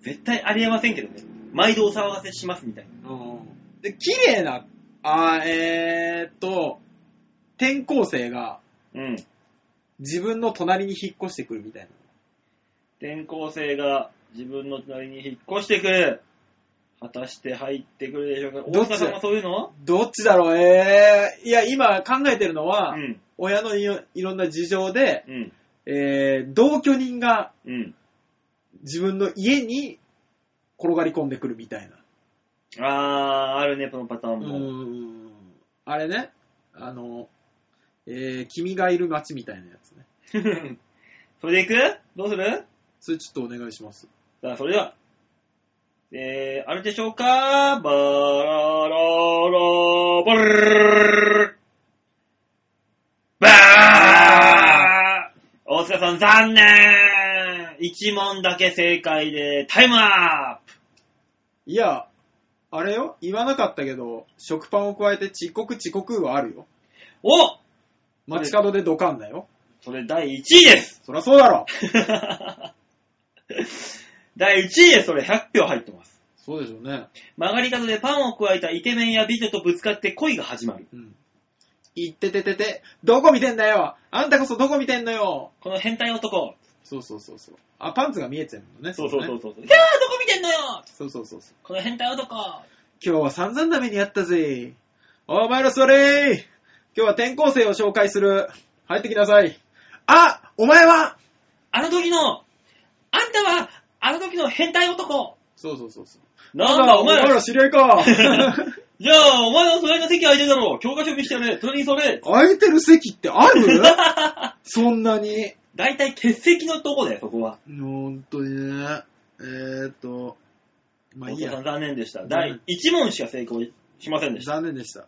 A: 絶対ありえませんけどね。毎度お騒がせしますみたいな。
B: うん。で、綺麗な、あーえー、っと、転校生が
A: うん。
B: 自分の隣に引っ越してくるみたいな。
A: 転校生が自分の隣に引っ越してくる。果たして入ってくるでしょうか
B: ど
A: 大
B: っちだ
A: 塚さんはそういうの
B: どっちだろうえー、いや、今考えてるのは、
A: うん。
B: 親のいろいろんな事情で、
A: うん。
B: えー、同居人が
A: うん。
B: 自分の家に転がり込んでくるみたいな。
A: あー、あるね、このパターン
B: う
A: も。
B: ーん。あれね、あの、えー、君がいる街みたいなやつね。
A: (laughs) それでいくどうする
B: それちょっとお願いします。
A: さあ、それでは。えー、あるでしょうかバラララバルルルバー大塚さん残念一問だけ正解でタイムアッ
B: いや、あれよ、言わなかったけど、食パンを加えて遅刻遅刻はあるよ。
A: プお
B: 街角でドカンだよ。
A: それ第1位です
B: そりゃそうだろ。
A: 第1位ですそれ100票入ってます。
B: そうでしょうね。
A: 曲がり角でパンを加えたイケメンや美女とぶつかって恋が始まる。
B: うん。いってててて、どこ見てんだよあんたこそどこ見てんのよ
A: この変態男。
B: そうそうそうそう。あ、パンツが見えてるのね。
A: そうそうそ
B: ね
A: うそう。キャーどこ見てんのよ
B: そうそうそうそう。
A: この変態男。
B: 今日は散々な目にあったぜ。お前ら座れー今日は転校生を紹介する。入ってきなさい。あお前は
A: あの時の、あんたは、あの時の変態男。
B: そうそうそうそう。
A: なんだお前
B: お前ら知り合いか (laughs)
A: じゃあ、お前は隣の席空いてるだろう。教科書見してやれ。隣に座れ。
B: 空いてる席って
A: (laughs)
B: あるそんなに。
A: 大体欠席のとこだよ、そこは。
B: ほんとにね。えーっと、まあいい
A: お父さん
B: や。
A: 残念でした。
B: 残念
A: 第1問しか成功しませんでした。
B: 残念でした。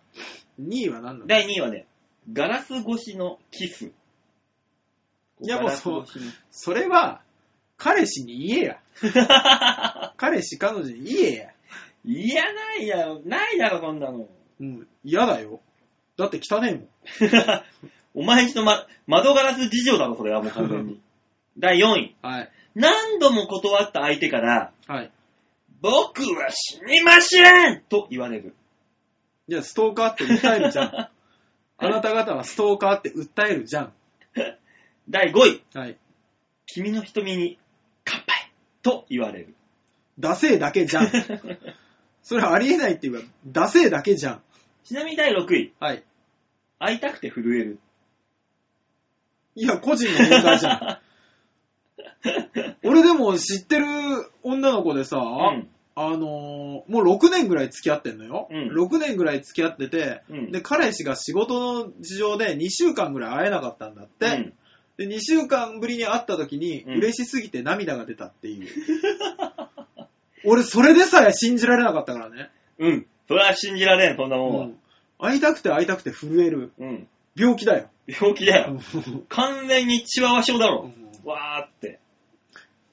B: 2位は何なの
A: 第2位はね、ガラス越しのキス。
B: いやもうそう
A: ガラス越しの
B: それは、彼氏に言えや。彼氏、彼女に言えや。
A: いや、ないやろ。ないだろ、そんなの。 (laughs)
B: うん、嫌だよ。だって汚ねえもん。
A: お前んちの、ま、窓ガラス事情だろ、それはもう完全
B: (laughs)
A: に。第4位。
B: はい。
A: 何度も断った相手から、
B: はい。
A: 僕は死にませんと言われる。
B: じゃあ、ストーカーって訴える
A: (laughs)
B: じゃん。あなた方はストーカーって訴えるじゃん。
A: 第5位。
B: はい。
A: 君の瞳に乾杯と言われる。
B: ダセえだけじゃん。それありえないっていうか、ダセえだけじゃん。
A: ちなみに第6位。
B: はい。
A: 会いたくて震える。
B: いや、個人の問題じ
A: (laughs)
B: ゃん。俺でも知ってる女の子でさ、
A: うん。
B: あのーもう6年ぐらい付き合ってんのよ。
A: うん
B: 6年ぐらい付き合ってて、
A: うん
B: で、彼氏が仕事の事情で2週間ぐらい会えなかったんだって。
A: うん
B: で、2週間ぶりに会った時に、
A: うん
B: 嬉しすぎて涙が出たっていう。 (laughs) 俺、それでさえ信じられなかったからね。
A: うん。それは信じられん、そんなもん
B: う
A: は。
B: ん会いたくて会いたくて震える。
A: うん。
B: 病気だ
A: (laughs)
B: よ。
A: 病気だよ。完全にチワワ症だ
B: う
A: ろ。
B: ん
A: わーって。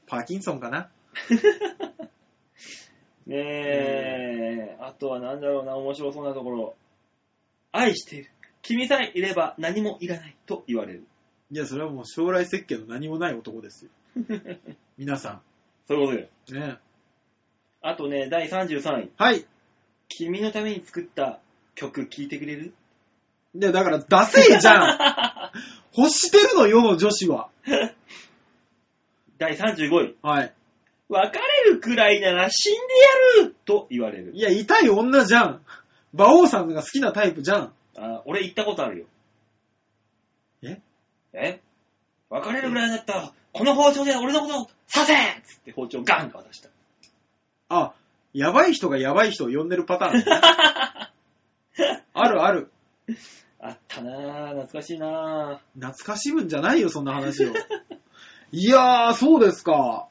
B: パーキンソンかな
A: ねえ、あとはなんだろうな、面白そうなところ。愛している。君さえいれば何もいらないと言われる。
B: いや、それはもう将来設計の何もない男ですよ。皆さ
A: そういうことよ。
B: ん。ね。
A: あとね、第33位。
B: はい。
A: 君のために作った曲聴いてくれ (laughs) る
B: いや、だから、ダセえじゃ
A: (laughs)
B: ん欲してるの、世の女子は。
A: 第35位。
B: はい。
A: 別れるくらいなら死んでやると言われる。
B: いや、痛い女じゃん。馬王さんが好きなタイプじゃん。
A: あ俺言ったことあるよ。
B: え
A: え別れるくらいだったら、この包丁で俺のことを刺せつって包丁ガンと渡 (laughs) した。
B: あ、やばい人がやばい人を呼んでるパタ
A: (laughs)
B: ーンね。あるある。
A: あったなぁ、懐かしいなぁ。
B: 懐かしむんじゃないよ、そんな
A: (laughs)
B: 話を。いやー、そうですか。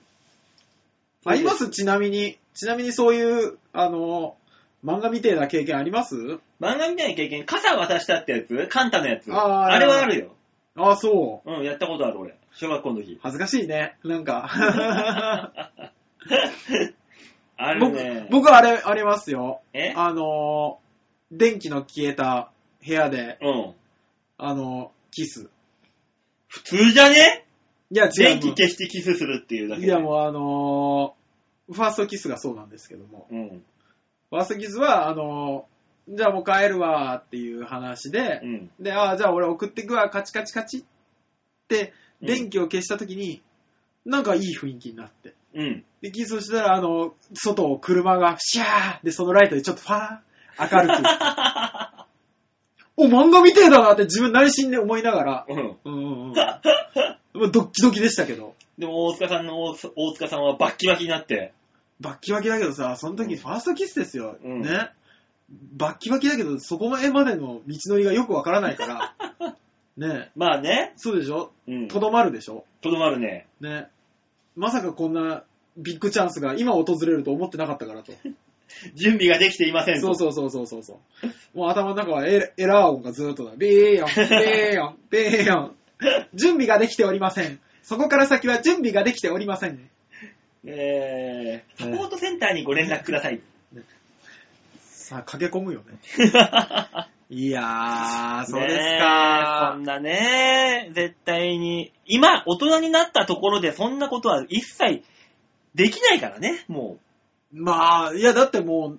B: ありますちなみに。ちなみにそういう、あの、漫画みてえな経験あります
A: 漫画みたいな経験、傘渡したってやつカンタのやつ。
B: あー
A: あれはあるよ。
B: ああ、そ
A: うん、やったことある俺。小学校の
B: う
A: 時。。
B: 恥ずかしいね。なんか。
A: (laughs) あるね
B: 僕、。僕あれ、ありますよ。
A: え
B: (laughs) あのー、電気の消えた部屋で、
A: うん。
B: あのー、キス。
A: 普通じゃね
B: いや、違
A: 電
B: う。
A: 気消してキスするっていうだけで。
B: いや、もうあのー、ファーストキスがそうなんですけども。
A: うん。
B: ファーストキスは、あのー、じゃあもう帰るわーっていう話で
A: う、ん。
B: で、ああ、じゃあ俺送ってくわ、カチカチカチって、
A: うん
B: 電気を消した時に、なんかいい雰囲気になって。
A: うん。
B: で、キスをしたら、あの、外を車が、シャーで、そのライトでちょっとファー
A: (laughs)
B: ン、明るく。お、漫画みてえだなって自分内心で思いながら、
A: うん。
B: う
A: (laughs)
B: んうんうん。もうドッキドキでしたけど。
A: でも、大塚さんの大、大塚さんはバッキバキになって。
B: バッキバキだけどさ、その時ファーストキスですよ。
A: うん
B: ね。バッキバキだけど、そこまでまでの道のりがよくわからないから。
A: (laughs)
B: ね
A: まあね。
B: そうでしょ
A: うん。
B: と
A: と
B: どまるでしょ
A: どまるね。
B: ね。まさかこんなビッグチャンスが今訪れると思ってなかったからと。
A: 準備ができていません
B: そう
A: う。
B: そうそうそうそうそう。もう頭の中はエラエラー音がずっとだ。ビーヨン、ビーヨ
A: (laughs)
B: ン、ビーヨン。準備ができておりません。そこから先は準備ができておりません。
A: えー、サポートセンターにご連絡ください。
B: さあ、駆け込むよ
A: (laughs)
B: ね。いやー、そうです
A: ねえそ
B: か
A: ん。なね、絶対に。今、大人になったところでそんなことは一切できないからね、も
B: まあ、いや、だってもう、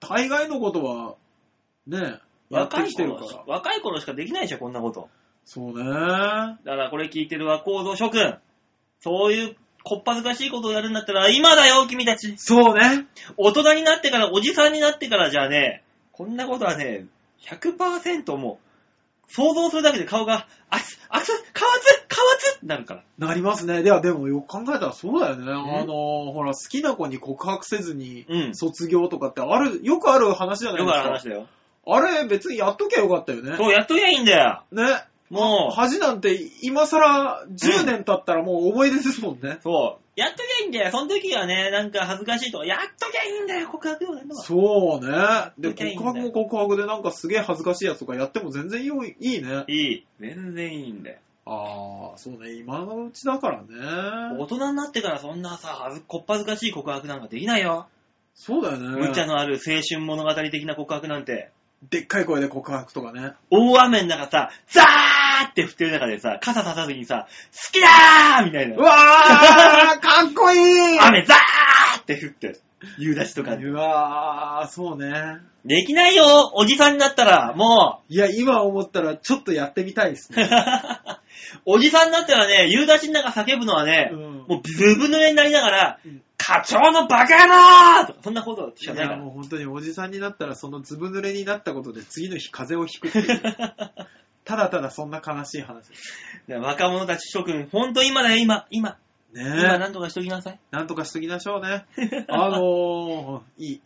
B: 大概のことは、ね、やって
A: 若い
B: きてる
A: 頃
B: から。
A: 若い頃しかできないでしょ、こんなこと。
B: そうね。
A: だからこれ聞いてる和光堂諸君、そういうこっぱずかしいことをやるんだったら、今だよ、君たち。
B: そうね。
A: 大人になってから、おじさんになってからじゃね、こんなことはね、100%もう、想像するだけで顔が、あつ、あつ、かわつ、かわつってなるから。
B: なりますね。では、でもよく考えたらそうだよね。
A: ん
B: あの、ほら、好きな子に告白せず
A: う
B: に、
A: ん
B: 卒業とかってある、よくある話じゃない
A: よ
B: で
A: くある
B: す
A: 話
B: か。
A: だよ。
B: あれ、別にやっときゃよかったよね。
A: そう、やっときゃいいんだよ。
B: ね。
A: もう
B: 恥なんて、今更10年経ったらもう思い出ですもんね。
A: そう。やっときゃいいんだよ。その時はね、なんか恥ずかしいとか、やっときゃいいんだよ、告白よ、なんだか。
B: そうね。で、
A: やっときゃいいんだよ
B: 告白も告白でなんかすげえ恥ずかしいやつとかやっても全然よいいいね。
A: いい。全然いいんだよ。
B: ああ、そうね。今のうちだからね
A: 大。人になってからそんなさ、はずこっぱずかしい告白なんかできないよ。
B: そうだよね。
A: 無茶のある青春物語的な告白なんて。
B: でっかい声で告白と
A: (laughs)
B: かね。
A: 大雨の中さ、ザーって降ってる中でさ、傘ささずにさ、好きだーみたいうな。
B: わーかっこいい
A: 雨ザーって降って、夕立とかで。
B: うわー、そうね。
A: できないよ、おじさんになったら、も
B: いや、今思ったらちょっとやってみたいです
A: う
B: ね。。
A: (laughs) おじさんになったらね、夕立の中叫ぶのはね、
B: うん
A: もうブーブ濡れになりながら、
B: うん
A: 課長のバカ野郎とか、そんなこと
B: い
A: しかないか
B: や、もう本当におじさんになったらそのずぶ濡れになったことで次の日風邪をひくって
A: (laughs)
B: いう。
A: ら。
B: ただただそんな悲しい話です。
A: ね若者たち諸君、ほんと今だよ、今、今、
B: ね
A: 今
B: え。
A: なんとかしときなさい。
B: なんとかしときましょう
A: (laughs)
B: ね。あのー、いい。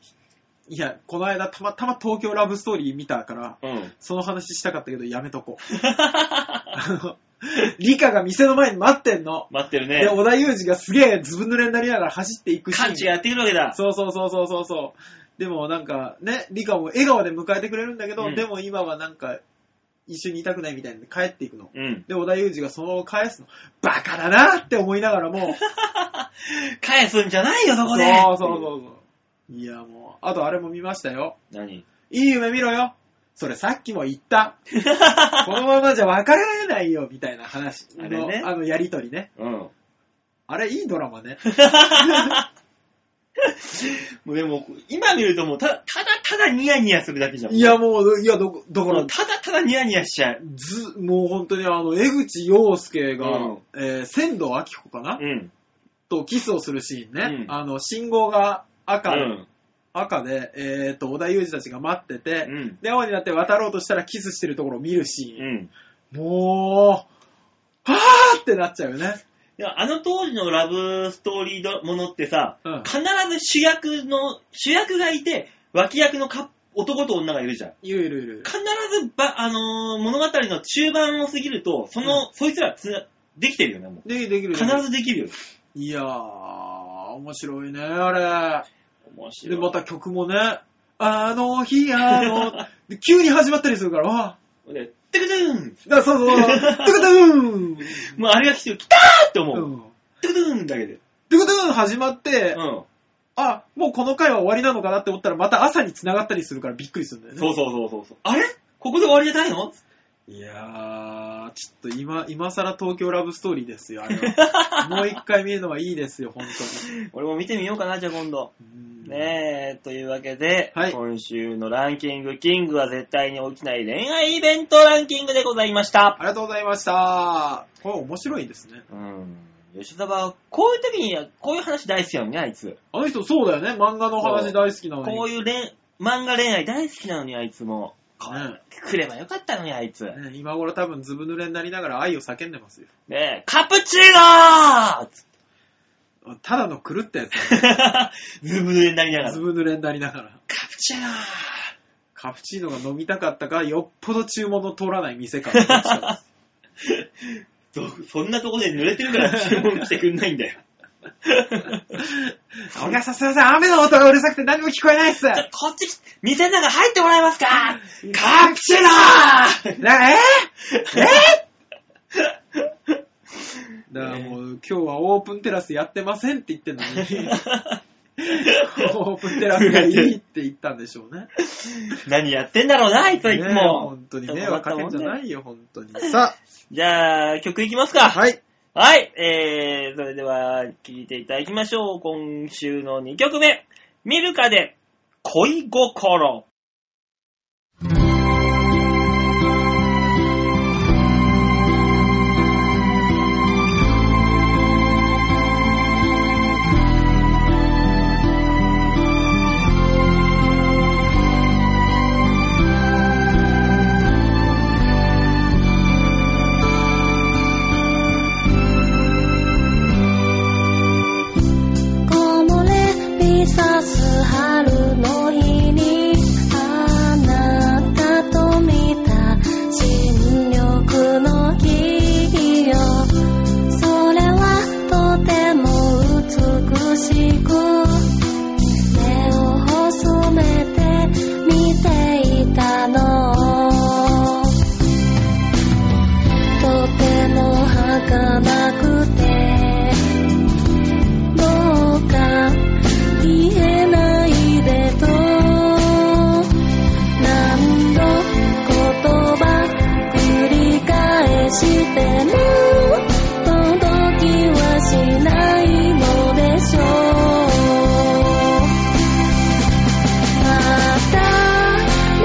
B: いや、この間たまたま東京ラブストーリー見たから、
A: うん。
B: その話したかったけどやめとこ
A: (laughs)
B: う。あの、リカが店の前に待ってんの。
A: 待ってる
B: で、
A: ね。
B: 小田裕二がすげえずぶ濡れになりながら走っていくシ
A: カンチ
B: ーン。
A: やってくるわけだ。
B: そうそうそうそうそうそう。でもなんかね、リカも笑顔で迎えてくれるんだけど、
A: うん
B: でも今はなんか一緒にいたくないみたいなんで帰っていくの。
A: うん。
B: で、小田裕二がそのまま返すの。バカだなって思いながらも、
A: 返すんじゃない (laughs) よ、そこで。
B: そうそうそうそう。いやもう、あとあれも見ましたよ。
A: 何
B: いい夢見ろよ。それさっきも言
A: (laughs)
B: った。このままじゃ別れないよ、みたいな話。
A: あれね
B: のあのやりとりね。
A: (laughs) うん。も
B: あれ、いいドラマ
A: (laughs)
B: ね。
A: うでも、今見るともうた、ただただニヤニヤするだけじゃん。
B: いや、もう、いや、ど、だか
A: も
B: ら
A: う、ただただニヤニヤしちゃう。
B: ず、もう本当にあの、江口洋介が、
A: うん
B: えー仙道明子かな、
A: うん。
B: とキスをするシーンね。
A: うん
B: あの、信号が赤、
A: うん。
B: 赤で、えーっと、小田裕二たちが待ってて、
A: うん。
B: で、青になって渡ろうとしたらキスしてるところを見るシーン。
A: うん。
B: もう、はぁーってなっちゃうよね。
A: いや、あの当時のラブストーリーどものってさ、
B: うん
A: 必ず主役の、主役がいて、脇役のカップ男と女がいるじゃん。
B: いるいるいる。
A: 必ずば、あのー物語の中盤を過ぎると、その、そいつらつな、できてるよね、もう。
B: できるできる。
A: 必ずできるよ。
B: いやー、面白いね、あ
A: 面
B: れ。
A: 白
B: で、
A: い。
B: また曲もね、あの日、あの、で急に始まったりするから、わ
A: で、てくてん
B: ーだそうそう、 (laughs) トゥクトゥーン
A: もうあれが来てる、来たーって思
B: う
A: う。
B: ん
A: てくてんだけで。
B: トゥクトゥーン始まって、
A: うん。
B: あ、もうこの回は終わりなのかなって思ったら、また朝に繋がったりするからびっくりするんだよね。
A: そうそうそうそうそう。あれここで終わりじゃないの
B: いやー、ちょっと今、今更東京ラブストーリーですよ、あれ (laughs) は。もう一回見るのはいいですよ、本
A: 俺も見てみようかな、じゃあ今度。
B: 当に。
A: ねえ、というわけで、
B: はい
A: 今週のランキング、キングは絶対に起きない恋愛イベントランキングでございました
B: あ。りがとうございました。これ面白いですね。
A: うん。吉沢、こういう時に、こういう話大好きなのね、あいつ。
B: あの人そうだよね、漫画の話大好きなのに。
A: こういう恋、漫画恋愛大好きなのに、あいつも。
B: ね
A: 来ればよかったのに、あいつ。
B: ね今頃多分ずぶ濡れになりながら愛を叫んでますよ。
A: ねえ、カプチーノー (laughs) つって
B: ただの狂ったやつ
A: ズブズブになりなが
B: だ。
A: ら
B: ず。ぶ濡れになりながら。
A: カプチーノ (laughs) ー
B: カプチーノが飲みたかったから、よっぽど注文の通らない店からど
A: (laughs)
B: っちかです。
A: そそんなとこで濡れてるから注文してくんないん
B: (laughs)
A: だよ。
B: お客さんすいません、雨の音がうるさくて何も聞こえないっす。
A: じゃあこっち来て、店の中入ってもらえますか
B: (laughs)
A: カプチーノー
B: なえーえーだからもう、今日はオープンテラスやってませんって言ってんのに、 (laughs)
A: (laughs)
B: オープンテラスがいいって言ったんでしょうね。
A: 何やってんだろうな、あいつはいつ
B: ねえ
A: も。
B: 本当に迷惑かけんじゃないよ、本当に。さ
A: さじゃあ、曲いきますか。
B: あ、はい。
A: はい、えー、それでは、聴いていただきましょう。今週の2曲目。ミルカで、恋心。
C: にさす春の日にあなたと見た新緑の木よそれはとても美しく目を細めて見ていたのとても儚くてどうか言えないでと何度言葉繰り返しても届きはしないのでしょうまた巡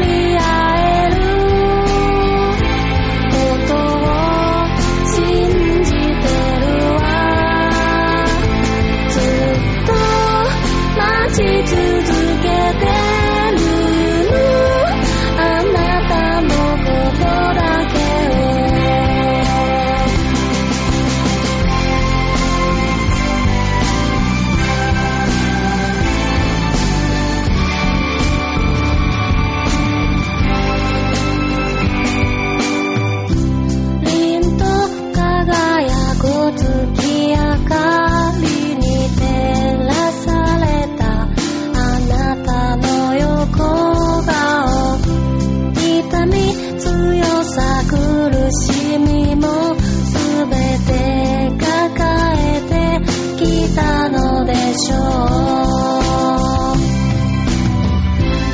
C: り合えることを信じてるわ」「ずっと待ち続けてるあなたのことだけを」凛と輝く月明かりに照らされたあなたの横顔痛み強さ苦しみも全て抱えてきたのでしょう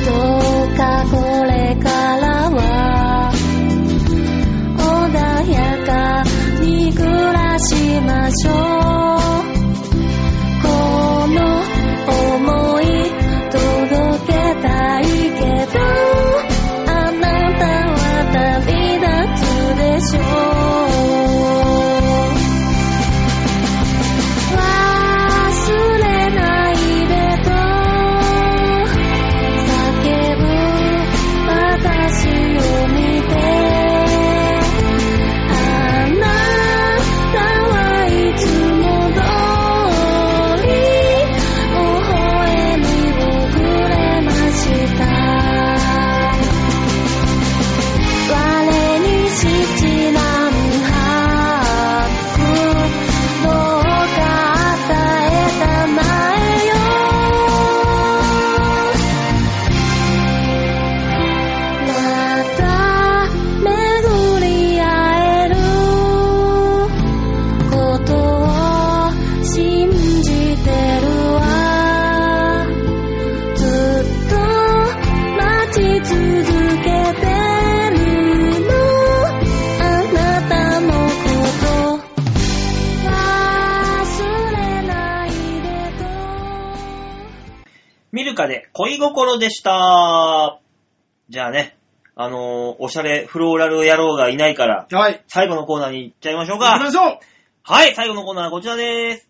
C: どうかこれからは穏やかに暮らしましょうこの想い届けたいけどあなたは旅立つでしょう忘れないでと叫ぶ私を見てあなたは「いつも通り微笑みをくれました」「我に七難白どうか与えたまえよ」また巡り合えることを信じてるわずっと待ち続けてるのあなたのこと忘れないでと
A: ミルカで恋心でした。じゃあね、あのーおしゃれフローラル野郎がいないから、
B: はい。
A: 最後のコーナーに行っちゃいましょう
B: 行き
A: か
B: ま。しょう
A: はい、最後のコーナーはこちらです。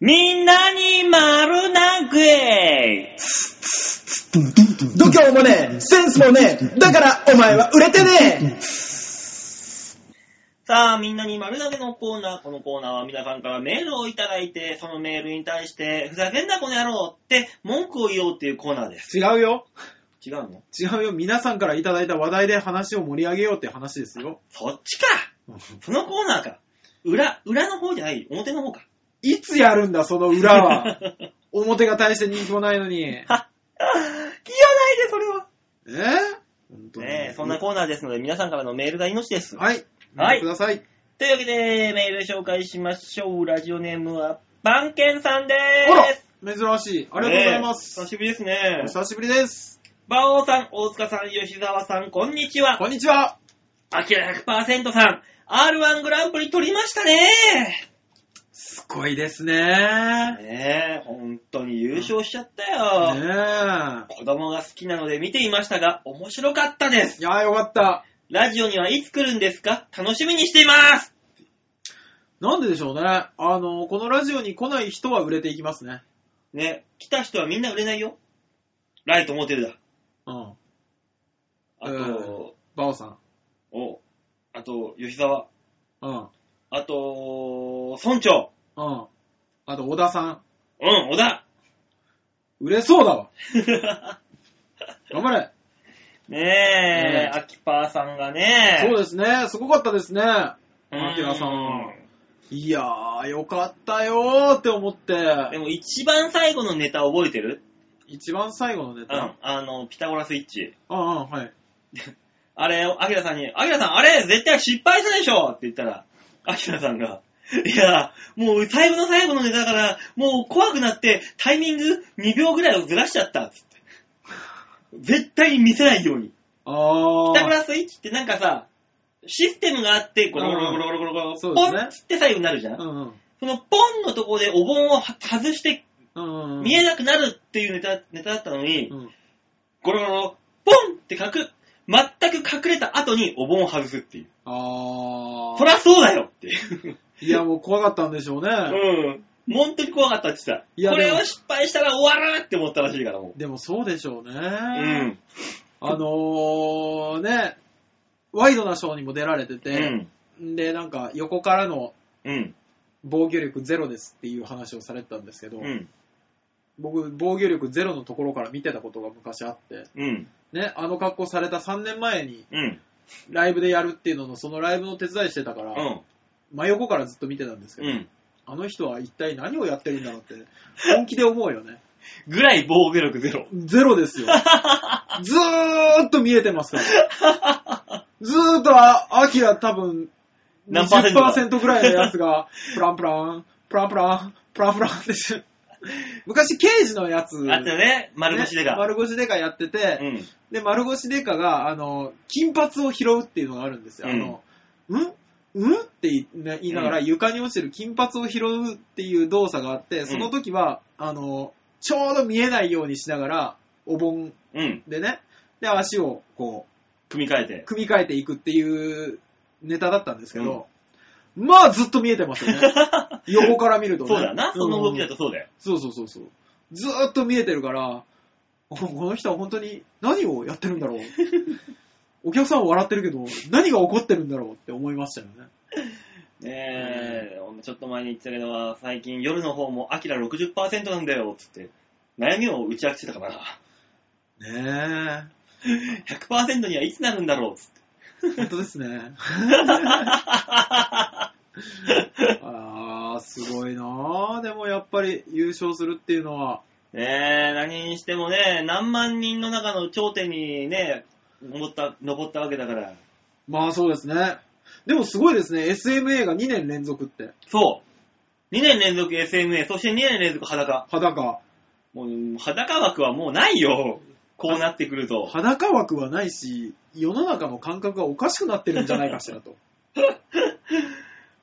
A: みんなに丸投げ
D: 度胸もねえ、センスもねえ、だからお前は売れてね
A: さあ、みんなに丸投げのコーナー。このコーナーは皆さんからメールをいただいて、そのメールに対して、ふざけんなこの野郎って文句を言おうっていうコーナーです。
B: 違うよ。
A: 違うの
B: 違うよ。皆さんからいただいた話題で話を盛り上げようって話ですよ。
A: そっ
B: (laughs)
A: ちかそのコーナーか。裏、裏の方じゃない、表の方か。
B: いつやるんだ、その裏
A: (laughs)
B: は。表が大して人気もないのに。え
A: 聞かないで、それは。
B: 本当に
A: ねえ、そんなコーナーですので、皆さんからのメールが命です。
B: はい。
A: はい
B: ください。
A: というわけで、メール紹介しましょう。ラジオネームは、バンケンさんで
B: あら
A: ーす。
B: 珍しい。ありがとうございます。
A: ねえ久しぶりですね
B: お。久しぶりです。
A: バオさん、大塚さん、吉沢さん、こんにちは。
B: こんにちは。
A: アキラ100%さん、R1 グランプリ取りましたね
B: すごいですね。ね
A: ねえ、本当に優勝しちゃったよ。
B: え。
A: 子供が好きなので見ていましたが、面白かったです。
B: いやーよかった。
A: ラジオにはいつ来るんですか楽しみにしています。
B: なんででしょうね。あの、このラジオに来ない人は売れていきますね。
A: ね、来た人はみんな売れないよ。ライトモテルだ。
B: うん。
A: あと、
B: バオさん。
A: おあと、吉沢。
B: うん。
A: あと、村長。
B: うん。あと、小田さん。
A: (laughs) うん、小田。
B: 売れそうだわ。頑張れ。
A: ねえ、
B: ね
A: アキパーさんがね。
B: そう
A: で
B: ですね。すごかったですね。アキラさん。
A: ん。
B: いやー、よかったよーって思っ
A: で
B: て、
A: も一番最後のネタ覚えてる
B: 一番最後のネ
A: う
B: タ
A: ん。。あの、ピタゴラスイッチ。
B: うんうん、はい。
A: あれを、アキラさんに、アキラさん、あれ絶対失敗したでしょって言ったら、アキラさんが、いや、もう最後の最後のネタだから、もう怖くなって、タイミング2秒ぐらいをずらしちゃったっつって。絶対に見せないように。
B: あ
A: ピタゴ
B: ー。
A: ラスイッチってなんかさ、システムがあって、ゴロゴロゴロゴロゴロゴロ、
B: そうで
A: ポ
B: す
A: ン
B: ね
A: っつって最後になるじゃん。
B: うんうん
A: そのポンのとこでお盆をは外して
B: うんうん。
A: 見えなくなるっていうネタネタだったのに
B: う、ん
A: ゴロゴロ、ポンって隠、全く隠れた後にお盆を外すっていう。
B: あ
A: そり
B: ー。
A: ゃそうだよっていう。
B: いや、もう怖かったんでし (laughs) ょうね。
A: うん。本当に怖かったってさ。
B: いや
A: これ
B: でも
A: を失敗したら終わるって思ったらしいからも
B: でもそうでしょうね。
A: う。うん。
B: あのー、ね、ワイドなショーにも出られて
A: う
B: て、
A: ん。
B: で、なんか横からの
A: うん。
B: 防御力ゼロですっていう話をされてたんですけ
A: う
B: ど、
A: ん。
B: 僕、防御力ゼロのところから見てたことが昔あって、
A: うん。
B: ね、あの格好された3年前に
A: うん。
B: ライブでやるっていうのの、そのライブの手伝いしてたから、
A: うん。
B: 真横からずっと見てたんですけど、
A: うん。
B: あの人は一体何をやってるんだろうって、本気で思うよね。
A: ぐらい防御力ゼロ。
B: ゼロ
A: (laughs)
B: ですよ。ずーっと見えてますから。ずーっと、あ、アキラ多分、
A: 何パーセントだ
B: 20%ぐらいのやつが、プランプラン、プランプラン、プランプランってし昔、刑事のやつ。
A: あとね、丸腰で
B: ね
A: が。
B: 丸腰デカやって
A: う
B: て、
A: ん。
B: で、丸腰デカが、あの、金髪を拾うっていうのがあるんですよ。あの、んんって言い,、ね、言いながら、
A: う
B: 床に落ちてる金髪を拾うっていう動作があって、その時は、あの、ちょうど見えないようにしながら、お盆
A: うん。
B: でね、で、足をこ
A: 組み替え
B: う、
A: て。
B: 組み替えていくっていうネタだったんですけど、まあずっと見えてま
A: (laughs)
B: すよね。横から見るとね。
A: そうだな。その動きだ
B: と。
A: とそうだよ。
B: そうそうそうそう。ずーっと見えてるから、ここの人は本当に何をやってるんだ (laughs) ろう。お客さんは笑ってるけど、何が起こってるんだろうって思いましたよね。
A: ねえ、ちょっと前に言ってたけど、最近夜の方もアキラ60%なんだよ、つって。悩みを打ち明けてたから、
B: ね
A: 100%にはいつなるんだろう、つっ
B: (laughs)
A: て。
B: え。本当ですね。 (laughs) あー、すごいなー。でもやっぱり優勝するっていうのは、
A: ねえ、何にしてもね、何万人の中の頂点にね、登った、登ったわけだから。
B: まあそうですね。でもすごいですね。SMA が2年連続って。
A: そう。2年連続 SMA、そして2年連続裸。
B: 裸。
A: もう、裸枠はもうないよ。こうなってくると。
B: 裸枠はないし、世の中の感覚がおかしくなってるんじゃないかし (laughs) らと。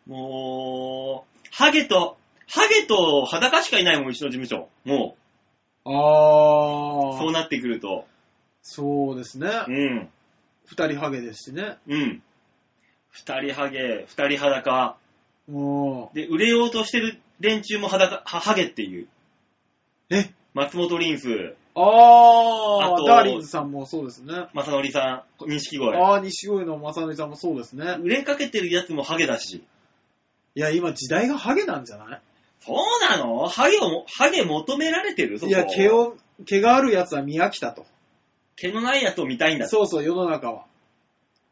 A: もう、ハゲと、ハゲと裸しかいないもん、うちの事務所。もう、
B: あ
A: そう
B: ー。
A: なってくると。
B: そうですね。
A: うん。
B: 二人ハゲですしね。
A: うん。二人ハゲ、二人裸。
B: も
A: で、売れようとしてる連中も裸、はハゲっていう。
B: う。え
A: 松本リンス、
B: あ
A: あと
B: ー。ダーリンズさんもそうですね。
A: 正則さん、錦鯉。
B: あー、西鯉の正則さんもそうですね。
A: 売れかけてるやつもハゲだし。
B: いや、今時代がハゲなんじゃない
A: そうなのハゲをも、ハゲ求められてるそ
B: い
A: こ
B: や、毛。を、毛があるやつは見飽きたと。
A: 毛のないやつを見たいんだ。
B: そうそう、世の中は。っ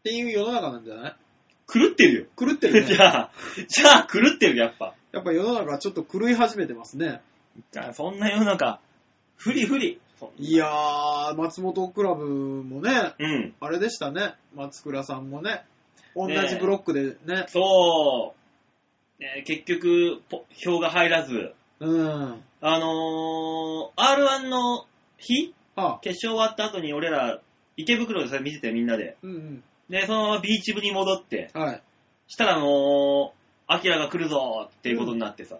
B: ていう世の中なんじゃない
A: 狂ってる
B: 狂って
A: よ。
B: る
A: (laughs)
B: ね
A: じ。ゃあ、じゃあ狂ってる、やっぱ。
B: やっぱ世の中はちょっと狂い始めてますね。
A: じゃあ、そんな世の中、不利不利。
B: いやー、松本クラブもね、
A: うん。
B: あれでしたね。松倉さんもね。同
A: ねえ
B: じブロックでね。
A: そう、ね結局、ポ票が入らず、
B: うん。
A: あのー、R1 の日、
B: あ、
A: 決勝終わった後に俺ら、池袋でそれ見ててみんなで。
B: うん
A: で、そのままビーチ部に戻って、
B: うん。はい。
A: したらもう、アキラが来るぞーっていうことになってさ、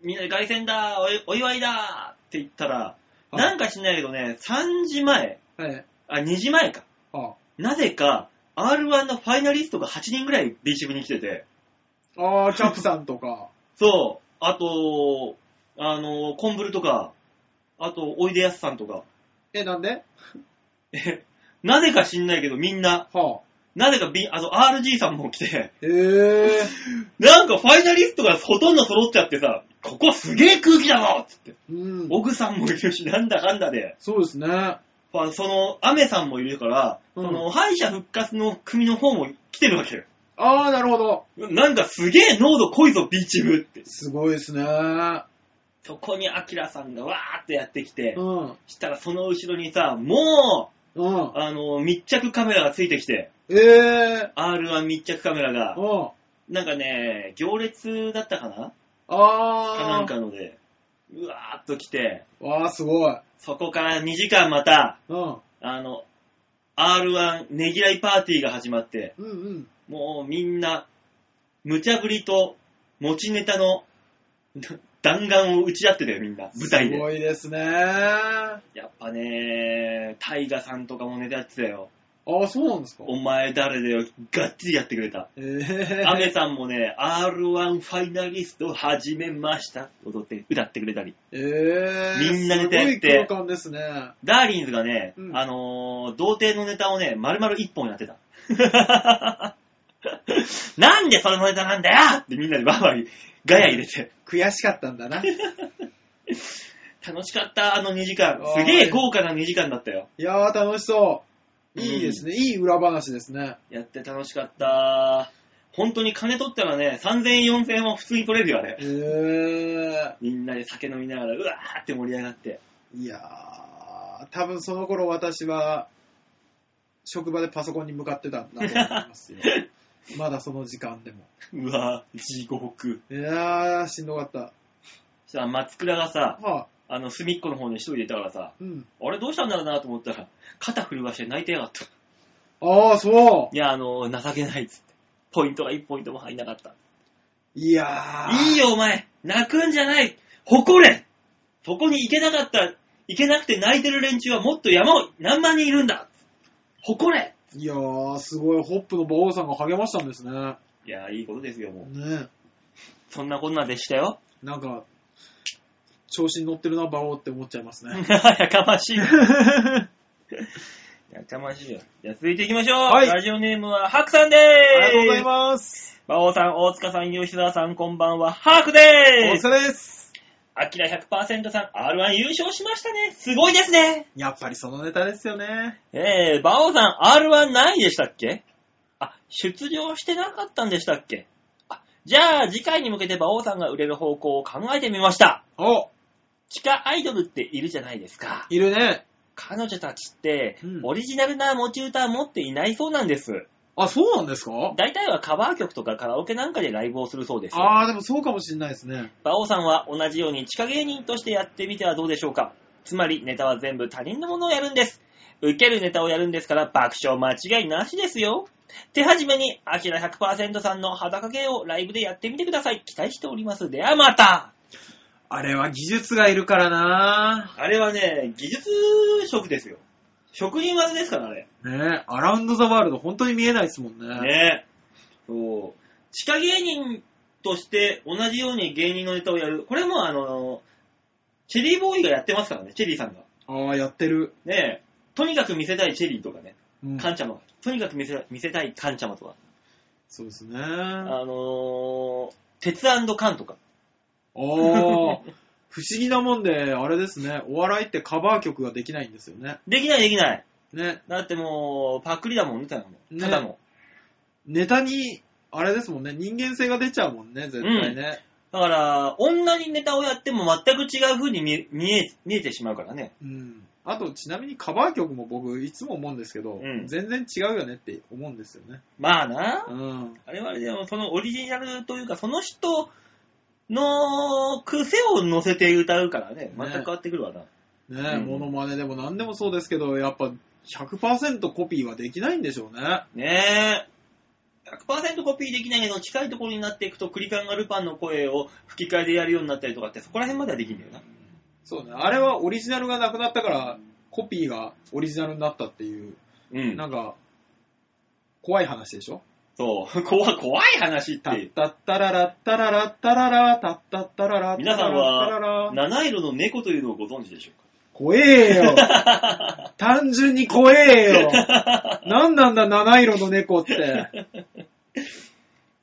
A: みんなで凱旋だーおいお祝いだーって言ったら、
B: あ
A: なんか知んないけどね、3時前、
B: はい。
A: あ、2時前か。
B: あ、
A: なぜか、R1 のファイナリストが8人ぐらいビーチ部に来てて、
B: あー、キャプさんとか。
A: そう。あと、あの、コンブルとか、あと、おいでやすさんとか。
B: (laughs) え、なんで
A: えなぜか知んないけど、みんな。
B: はあ。
A: なぜか、B、あの、RG さんも来て、
B: えー。
A: なんかファイナリストがほとんど揃っちゃってさ、ここすげえ空気だぞつって。
B: うん。
A: 奥さんもいるし、なんだかんだで。
B: そうですね。
A: まあその、アメさんもいるから、
B: うん
A: その、敗者復活の組の方も来てるわけよ。
B: ああ、なるほど。
A: なんかすげえ濃度濃いぞ、B チームって。
B: すごいですね。
A: そこにアキラさんがわーってやってきて
B: う、ん。
A: したらその後ろにさ、も
B: うん
A: う、。あの、密着カメラがついてきて、
B: ええ
A: R1 密着カメラ
B: ー。
A: が、
B: うん。
A: なんかね、行列だったかな
B: あ
A: か
B: あ。
A: なんかので、うわーっと来て、
B: わあ、すごい。
A: そこから2時間また、
B: うん。
A: あの、R1 ねぎらいパーティーが始まって、
B: うんうん。
A: もうみんな、無茶ぶりと持ちネタの弾丸を打ち合ってたよ、みんな、舞台
B: す
A: で。
B: ごいですね。
A: やっぱね、タイガさんとかもネタやってたよ。
B: ああ、そうなんですか。
A: お前誰だよ、がっちりやってくれた。
B: ええ
A: アメさんもね、R1 ファイナリスト始めました。踊って、歌ってくれたり。
B: ええ
A: みんなネタやって
B: すごい空間ですね。
A: ダーリンズがね、
B: うん
A: あのー童貞のネタをね、丸々一本や (laughs) ってた。なんでそのネタなんだよってみんなでバーバーガヤ入れて。
B: 悔しかったんだな。 (laughs) い
A: 楽しかった、あの2時間
B: あ。ー
A: すげえ豪華な2時間だったよ。
B: やー、楽しそう。いいですね。いい裏話ですね。
A: やって楽しかった。本当に金取ったらね、3000円、4000円は普通に取れるよ、あれ。
B: ええ
A: みんなで酒飲みながら、うわーって盛り上がって。
B: いやー、多分その頃私は、職場でパソコンに向かってたんだと思い (laughs) ますよ。まだその時間でも。
A: うわー、地獄。
B: いやー、しんどかった。
A: そしたら松倉がさ、
B: はあ、
A: あの、隅っこの方に一人でいたからさ、
B: うん。
A: あれどうしたんだろうなと思ったら、肩震わして泣いてやがった。
B: ああ、そう。
A: いや、あの、情けないっつって。ポイントが1ポイントも入んなかった。
B: いやー。
A: いいよ、お前泣くんじゃない誇れそこに行けなかった、行けなくて泣いてる連中はもっと山を何万人いるんだ誇れ
B: いやー、すごい、ホップの馬王さんが励ましたんですね。
A: いや、いいことですよ、もう。
B: ね
A: そんなこんなでしたよ。
B: なんか、調子に乗ってるな、馬王って思っちゃいますね。
A: (laughs) やかましい。やかましいよ。じゃあ続いていきましょう。
B: はい
A: ラジオネームは、ハクさんでー
B: あ
A: す。
B: りがとうございます。
A: 馬王さん、大塚さん、吉沢さん、こんばんは、ハーク
B: お
A: でーす
B: 疲れです。
A: アキラ100%さん、R1 優勝しましたねすごいですね
B: やっぱりそのネタですよね。
A: えー、馬王さん、R1 ないでしたっけあ、出場してなかったんでしたっけあ、じゃあ、次回に向けて馬王さんが売れる方向を考えてみました。
B: お、
A: 地下アイドルっているじゃないですか。
B: いるね。
A: 彼女たちって
B: うん、
A: オリジナルな持ち歌は持っていないそうなんです。
B: あ、そうなんですか
A: 大体はカバー曲とかカラオケなんかでライブをするそうです。
B: あー、でもそうかもしれないですね。
A: 馬王さんは同じように地下芸人としてやってみてはどうでしょうかつまりネタは全部他人のものをやるんです。受けるネタをやるんですから爆笑間違いなしですよ。手始めに、アキラ100%さんの裸芸をライブでやってみてください。期待しております。ではまた
B: あれは技術がいるからな
A: あれはね、技術職ですよ。職人技ですから、あれ。
B: ねアラウンドザワールド、本当に見えないですもんね。
A: ねそう。地下芸人として同じように芸人のネタをやる。これもあの、チェリーボーイがやってますからね、チェリーさんが。
B: あー、やってる。
A: ねえ、とにかく見せたいチェリーとかね、
B: うん、
A: カンちゃま、とにかく見せ見せたいカンちゃまとか、
B: そうですね。あ
A: あのー、鉄カンとか、
B: ー、不思議なもんで、あれですね、お笑いってカバー曲ができないんですよね。
A: できないできない。
B: ね、
A: だってもう、パクリだもんね、ただの。
B: ね
A: ただの。
B: ネタに、あれですもんね、人間性が出ちゃうもんね、絶対ね。
A: だから、同じネタをやっても全く違う風に見え見え見えてしまうからね。
B: うん。あと、ちなみにカバー曲も僕、いつも思うんですけど、
A: うん
B: 全然違うよねって思うんですよね。
A: まあな、
B: うん。
A: あれはあれでもそのオリジナルというか、その人の癖を乗せて歌うからね、全く変わってくるわな。
B: ねえ、
A: うん
B: モノマネでも何でもそうですけど、やっぱ100%コピーはできないんでしょうね。
A: ねえ。100%コピーできないけど、近いところになっていくと、クリカンがルパンの声を吹き替えでやるようになったりとかって、そこら辺まではできるんだよな。
B: そうね。あれはオリジナルがなくなったから、コピーがオリジナルになったっていう、
A: うん
B: なんか、怖い話でしょ
A: そう。怖い、怖い話って
B: タ
A: いう
B: ッ。タッタララッタララッタララタッタッタララッタラ
A: 皆
B: ラ
A: さん
B: ッタラ
A: は
B: ラ、
A: 七色の猫というのをご存知でしょ
B: 怖え
A: (laughs)
B: よ単純に怖えよなんなんだ、七色の猫って。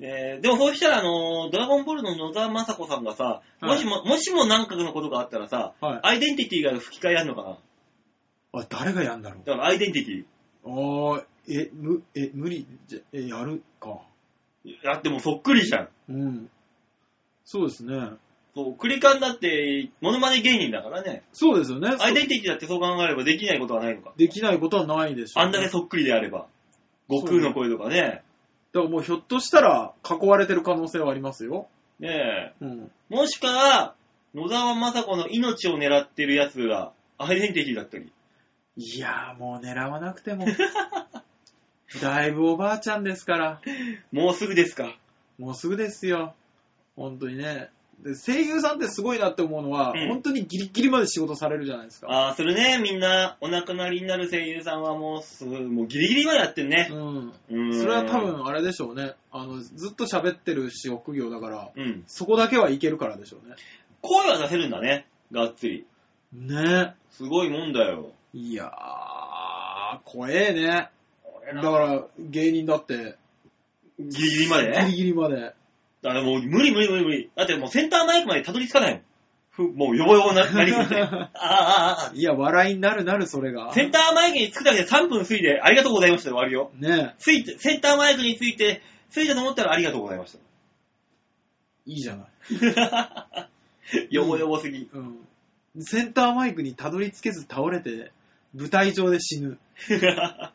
A: えーでもそうしたら、あのードラゴンボールの野沢雅子さんがさ、もしも、もしも何かのことがあったらさ、
B: はい
A: アイデンティティが吹き替えやるのかな
B: あ、誰がやんだろう
A: だからアイデンティティ。
B: ああ、え、む、え、無理、じゃ、え、やるか。
A: やってもそっくりじゃん。
B: うん。そうですね。
A: そう、クリカンだって、モノマネ芸人だからね。
B: そうですよね。
A: アイデンティティだってそう考えればできないことはないのか。
B: できないことはないでしょう
A: あ
B: ね、
A: んだけそっくりであれば。悟空の声とかね。
B: だからもうひょっとしたら囲われてる可能性はありますよ。
A: ねえ。
B: うん。
A: もしか、野沢雅子の命を狙ってる奴が、アイデンティティだったり。
B: いやー、もう狙わなく
A: (laughs)
B: ても。だいぶおばあちゃんですから。
A: もうすぐですか。
B: もうすぐですよ。本当にね。で声優さんってすごいなって思うのは、
A: うん
B: 本当にギリギリまで仕事されるじゃないですか。
A: ああ、それね、みんな、お亡くなりになる声優さんはもうす、もうギリギリまでやってるね
B: う。ん。
A: うん。
B: それは多。分あれでしょうね。あの、ずっと喋ってるし、職業だから、
A: うん。
B: そこだけはいけるからでしょうね。
A: 声は出せるんだね。がっつり。
B: ね
A: すごいもんだよ。
B: いやー、怖えね。だから、芸人だって、
A: ギリギリまで
B: ギリギリまで。
A: だからもう無理無理無理無理。だってもうセンターマイクまでたどり着かないもんふもうヨボヨボにななり
B: (laughs)
A: すぎて。あああああ
B: いや、笑いになるなる、それが
A: あ。。センターマイクに着くだけで3分過ぎてありがとうございましたで終わるよ。
B: ね
A: ついて、センターマイクについて、着いたと思ったらありがとうございま
B: (laughs)
A: し
B: いいじゃない。
A: た。ヨボヨボすぎ。
B: うん。センターマイクにたどり着けず倒れて、舞台上で死ぬ。
A: (laughs)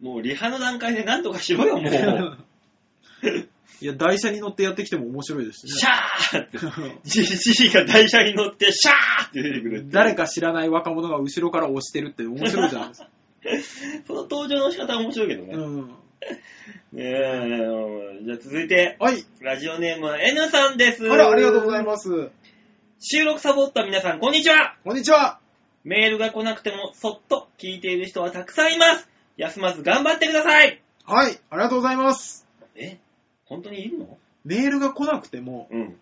A: もうリハの段階で何とかしろ
B: (laughs)
A: よ、もう。
B: いや、台車に乗ってやってきても面白いです
A: シ
B: し
A: ャーって。
B: ね。
A: じじいが台車に乗ってシャーって出てくる。
B: 誰か知らない若者が後ろから押してるって面白いじゃない (laughs) ですか。
A: その登場の仕方は面白いけどね。
B: うん。
A: ねえじゃあ続いて、
B: はい。
A: ラジオネームは N さんです。
B: あら、ありがとうござい
A: す。
B: ます。
A: 収録サボった皆さん、こんにちは
B: こんにちは。
A: メールが来なくても、そっと聞いている人はたくさんいます休まず頑張ってください
B: はい。ありがとうございます。
A: え本当にいるの
B: メールが来なくても、
A: うん。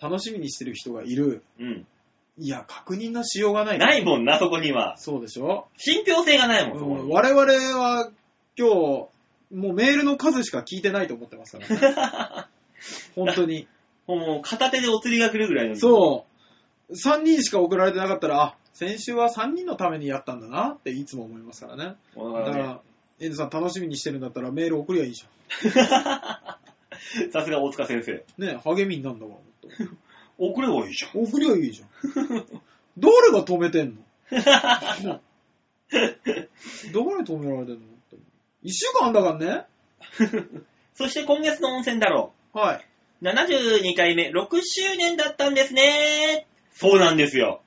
B: 楽しみにしてる人がいる。
A: うん。
B: いや、確認のしようがない。
A: ないもんな、そこには。
B: そうでしょ、
A: 信憑性がないもん、そこ
B: うん、
A: に。 (laughs)
B: 我々は今日、もうメールの数しか聞いてないと思ってます (laughs) からね。本当に。
A: もう片手でお釣りが来るぐらいの。
B: そう。3人しか送られてなかったら、あ、先週は3人のためにやったんだなっていつも思いますからね。
A: う。
B: だから、エンドさん楽しみにしてるんだったらメール送りゃいいじ
A: (laughs) さすが大塚先生。
B: ゃん。ね励みになるんだから。
A: 送ればいいじゃん。
B: 送りゃいいじゃん。 (laughs) 誰が止め (laughs) てんの誰止められてんのって一週間あんだからね。
A: そして今月の温泉だろう。
B: はい。
A: 72回目、6周年だったんですね。そうなんですよ。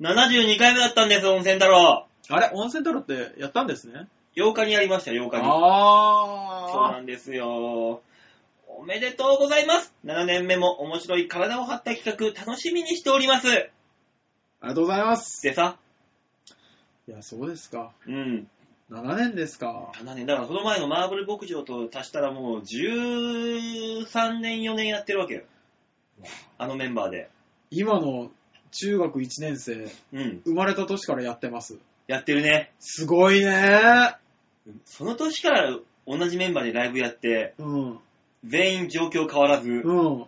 A: 72回目だったんです、温泉太郎。
B: あれ温泉太郎ってやったんですね。
A: 8日にやりました、8日に。そうな
B: あー。
A: んですよ。おめでとうございます。7年目も面白い体を張った企画、楽しみにしております。
B: ありがとうございます。
A: でさ、
B: いや、そうですか。
A: うん。
B: 7年ですか。
A: 7年、だからその前のマーブル牧場と足したらもう13年、4年やってるわけよ。あのメンバーで。
B: 今の中学1年生、
A: うん。
B: 生まれた年からやってます。
A: やってるね。
B: すごいね
A: その年から同じメンバーでライブやって、
B: うん。
A: 全員状況変わらず、う
B: うん。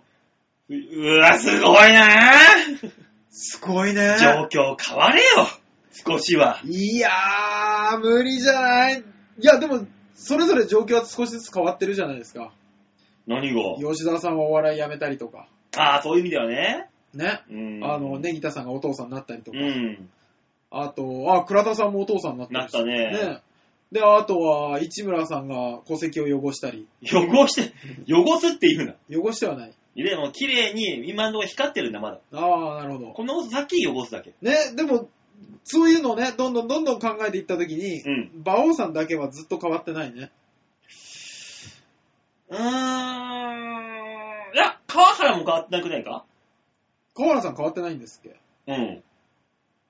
A: うわ、すごいなぁ
B: すごいね
A: 状況変われよ少しは。
B: いやー、無理じゃないいや、でも、それぞれ状況は少しずつ変わってるじゃないですか。
A: 何が
B: 吉沢さんはお笑いやめたりとか、
A: ああ、そういう意味ではね。
B: ね。
A: うん。
B: あの、。ネギタさんがお父さんになったりと
A: う
B: か、
A: ん。
B: あと、あ、倉田さんもお父さんになった
A: な
B: り
A: っ
B: した
A: ね。
B: ね。で、あとは、市村さんが戸籍を汚したり、
A: 汚して、汚すって言うな。
B: 汚してはない。
A: でも、綺麗に今のところ光ってるんだ、まだ。
B: ああ、なるほど。
A: こんなことさっき汚すだけ。
B: ね、でも、そういうのをね、どんどんどんどん考えていったときに、
A: うん。
B: 馬王さんだけはずっと変わってないね。
A: うーん。いや、川原も変わってなくないか
B: 河原さん変わってないんですっけ
A: うん。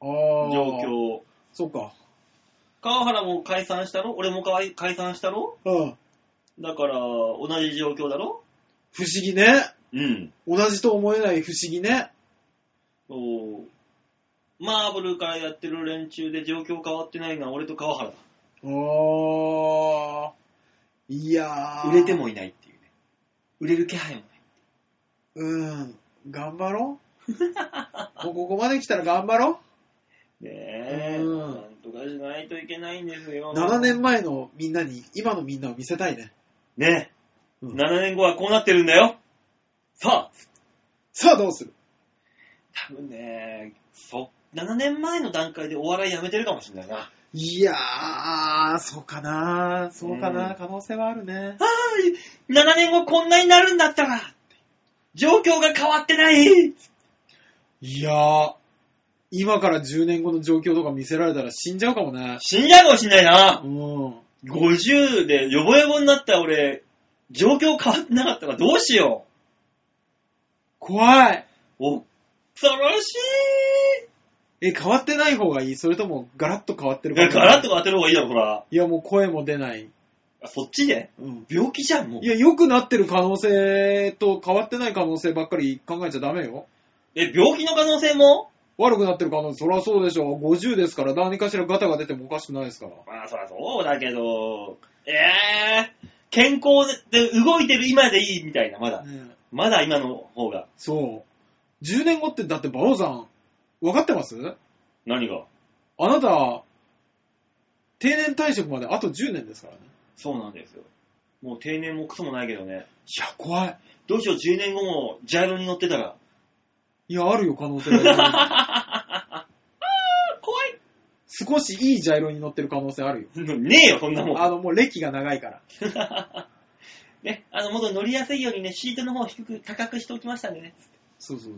B: ああ。
A: 状。況。
B: そうか。
A: 川原も解散したろ俺も解散したろ
B: うん。
A: だから、同じ状況だろ
B: 不思議ね。
A: うん。
B: 同じと思えない不思議ね。
A: そう。マーブルからやってる連中で状況変わってないのは俺と川原だ。
B: あー。いやー。
A: 売れて。もいないっていうね。売れる気配もない。
B: うん。頑張ろう。もうここまで来たら頑張ろ
A: ねえ、
B: うん
A: なんとかしないといけないんです
B: う。
A: よ。
B: 7年前のみんなに、今のみんなを見せたいね。
A: ねえ、
B: うん
A: 7年後はこうなってるんだよ。さあ、
B: さあどうする
A: 多分ね、そう、7年前の段階でお笑いやめてるかもしれないな。
B: いやー、そうかなそうかな、
A: うん
B: 可能性はあるね。
A: はーい、7年後こんなになるんだったら、状況が変わってない
B: いやー、今から10年後の状況とか見せられたら死んじゃうかもね。
A: 死んじゃうかもしんないな。
B: うん。
A: 50でヨボヨボになった俺、状況変わってなかったらどうしよ
B: 怖い。
A: う。お、恐ろし
B: え、変わってない方がいいそれともガラッと変わって
A: い。
B: る
A: いや、ガラッと
B: と。
A: 当てる方がいいだろ、ほら。
B: いや、もう声も出ない。
A: あそっちで
B: うん。
A: 病気じゃん、もう
B: い。や、良くなってる可能性と変わってない可能性ばっかり考えちゃダメよ。
A: え、病気の可能性も
B: 悪くなってる可能性、そりゃそうでしょ。50ですから、何かしらガタが出てもおかしくないですから。
A: まあ、そりゃそうだけど、ええ健康で動いてる今でいいみたいな、まだ。
B: ね
A: まだ今の方が。
B: そう。10年後って、だって、馬王さん、分かってます
A: 何が
B: あなた、定年退職まであと10年ですからね。
A: そうなんですよ。もう定年もクソもないけどね。
B: いや、怖い。
A: どうしよう、10年後もジャイロに乗ってた (laughs) ら。
B: いや、あるよ、可能性 (laughs) が。
A: 怖い
B: 少しいいジャイロに乗ってる可能性あるよ。
A: ねえよ、そんなもん。
B: あの、もう歴が長いから。
A: (laughs) ね、あの、元に乗りやすいようにね、シートの方を低く、高くしておきましたんでね。
B: そうそうそう。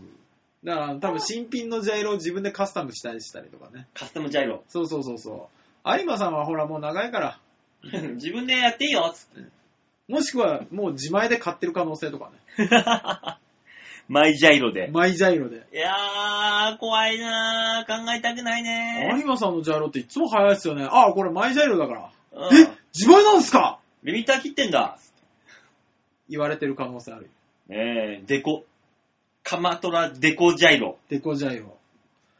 B: だから、多分新品のジャイロを自分でカスタムしたりしたりとかね。
A: カスタムジャイ (laughs) ロ。
B: そうそうそうそう。有馬さんはほらもう長いから、
A: 自分でやっていいよ、つって。
B: もしくはもう自前で買ってる可能性とかね。
A: (laughs) マイジャイロで。
B: マイジャイロで。
A: いやー、怖いなー。考えたくないね
B: 有馬さんのジャイロっていつも早いっすよね。ああ、これマイジャイロだから。
A: ー。
B: え
A: うん
B: 自前なんすか
A: リミッター切ってんだ。
B: 言われてる可能性あるよ。
A: ねえ、デコ。カマトラデコジャイロ。
B: デコジャイロ。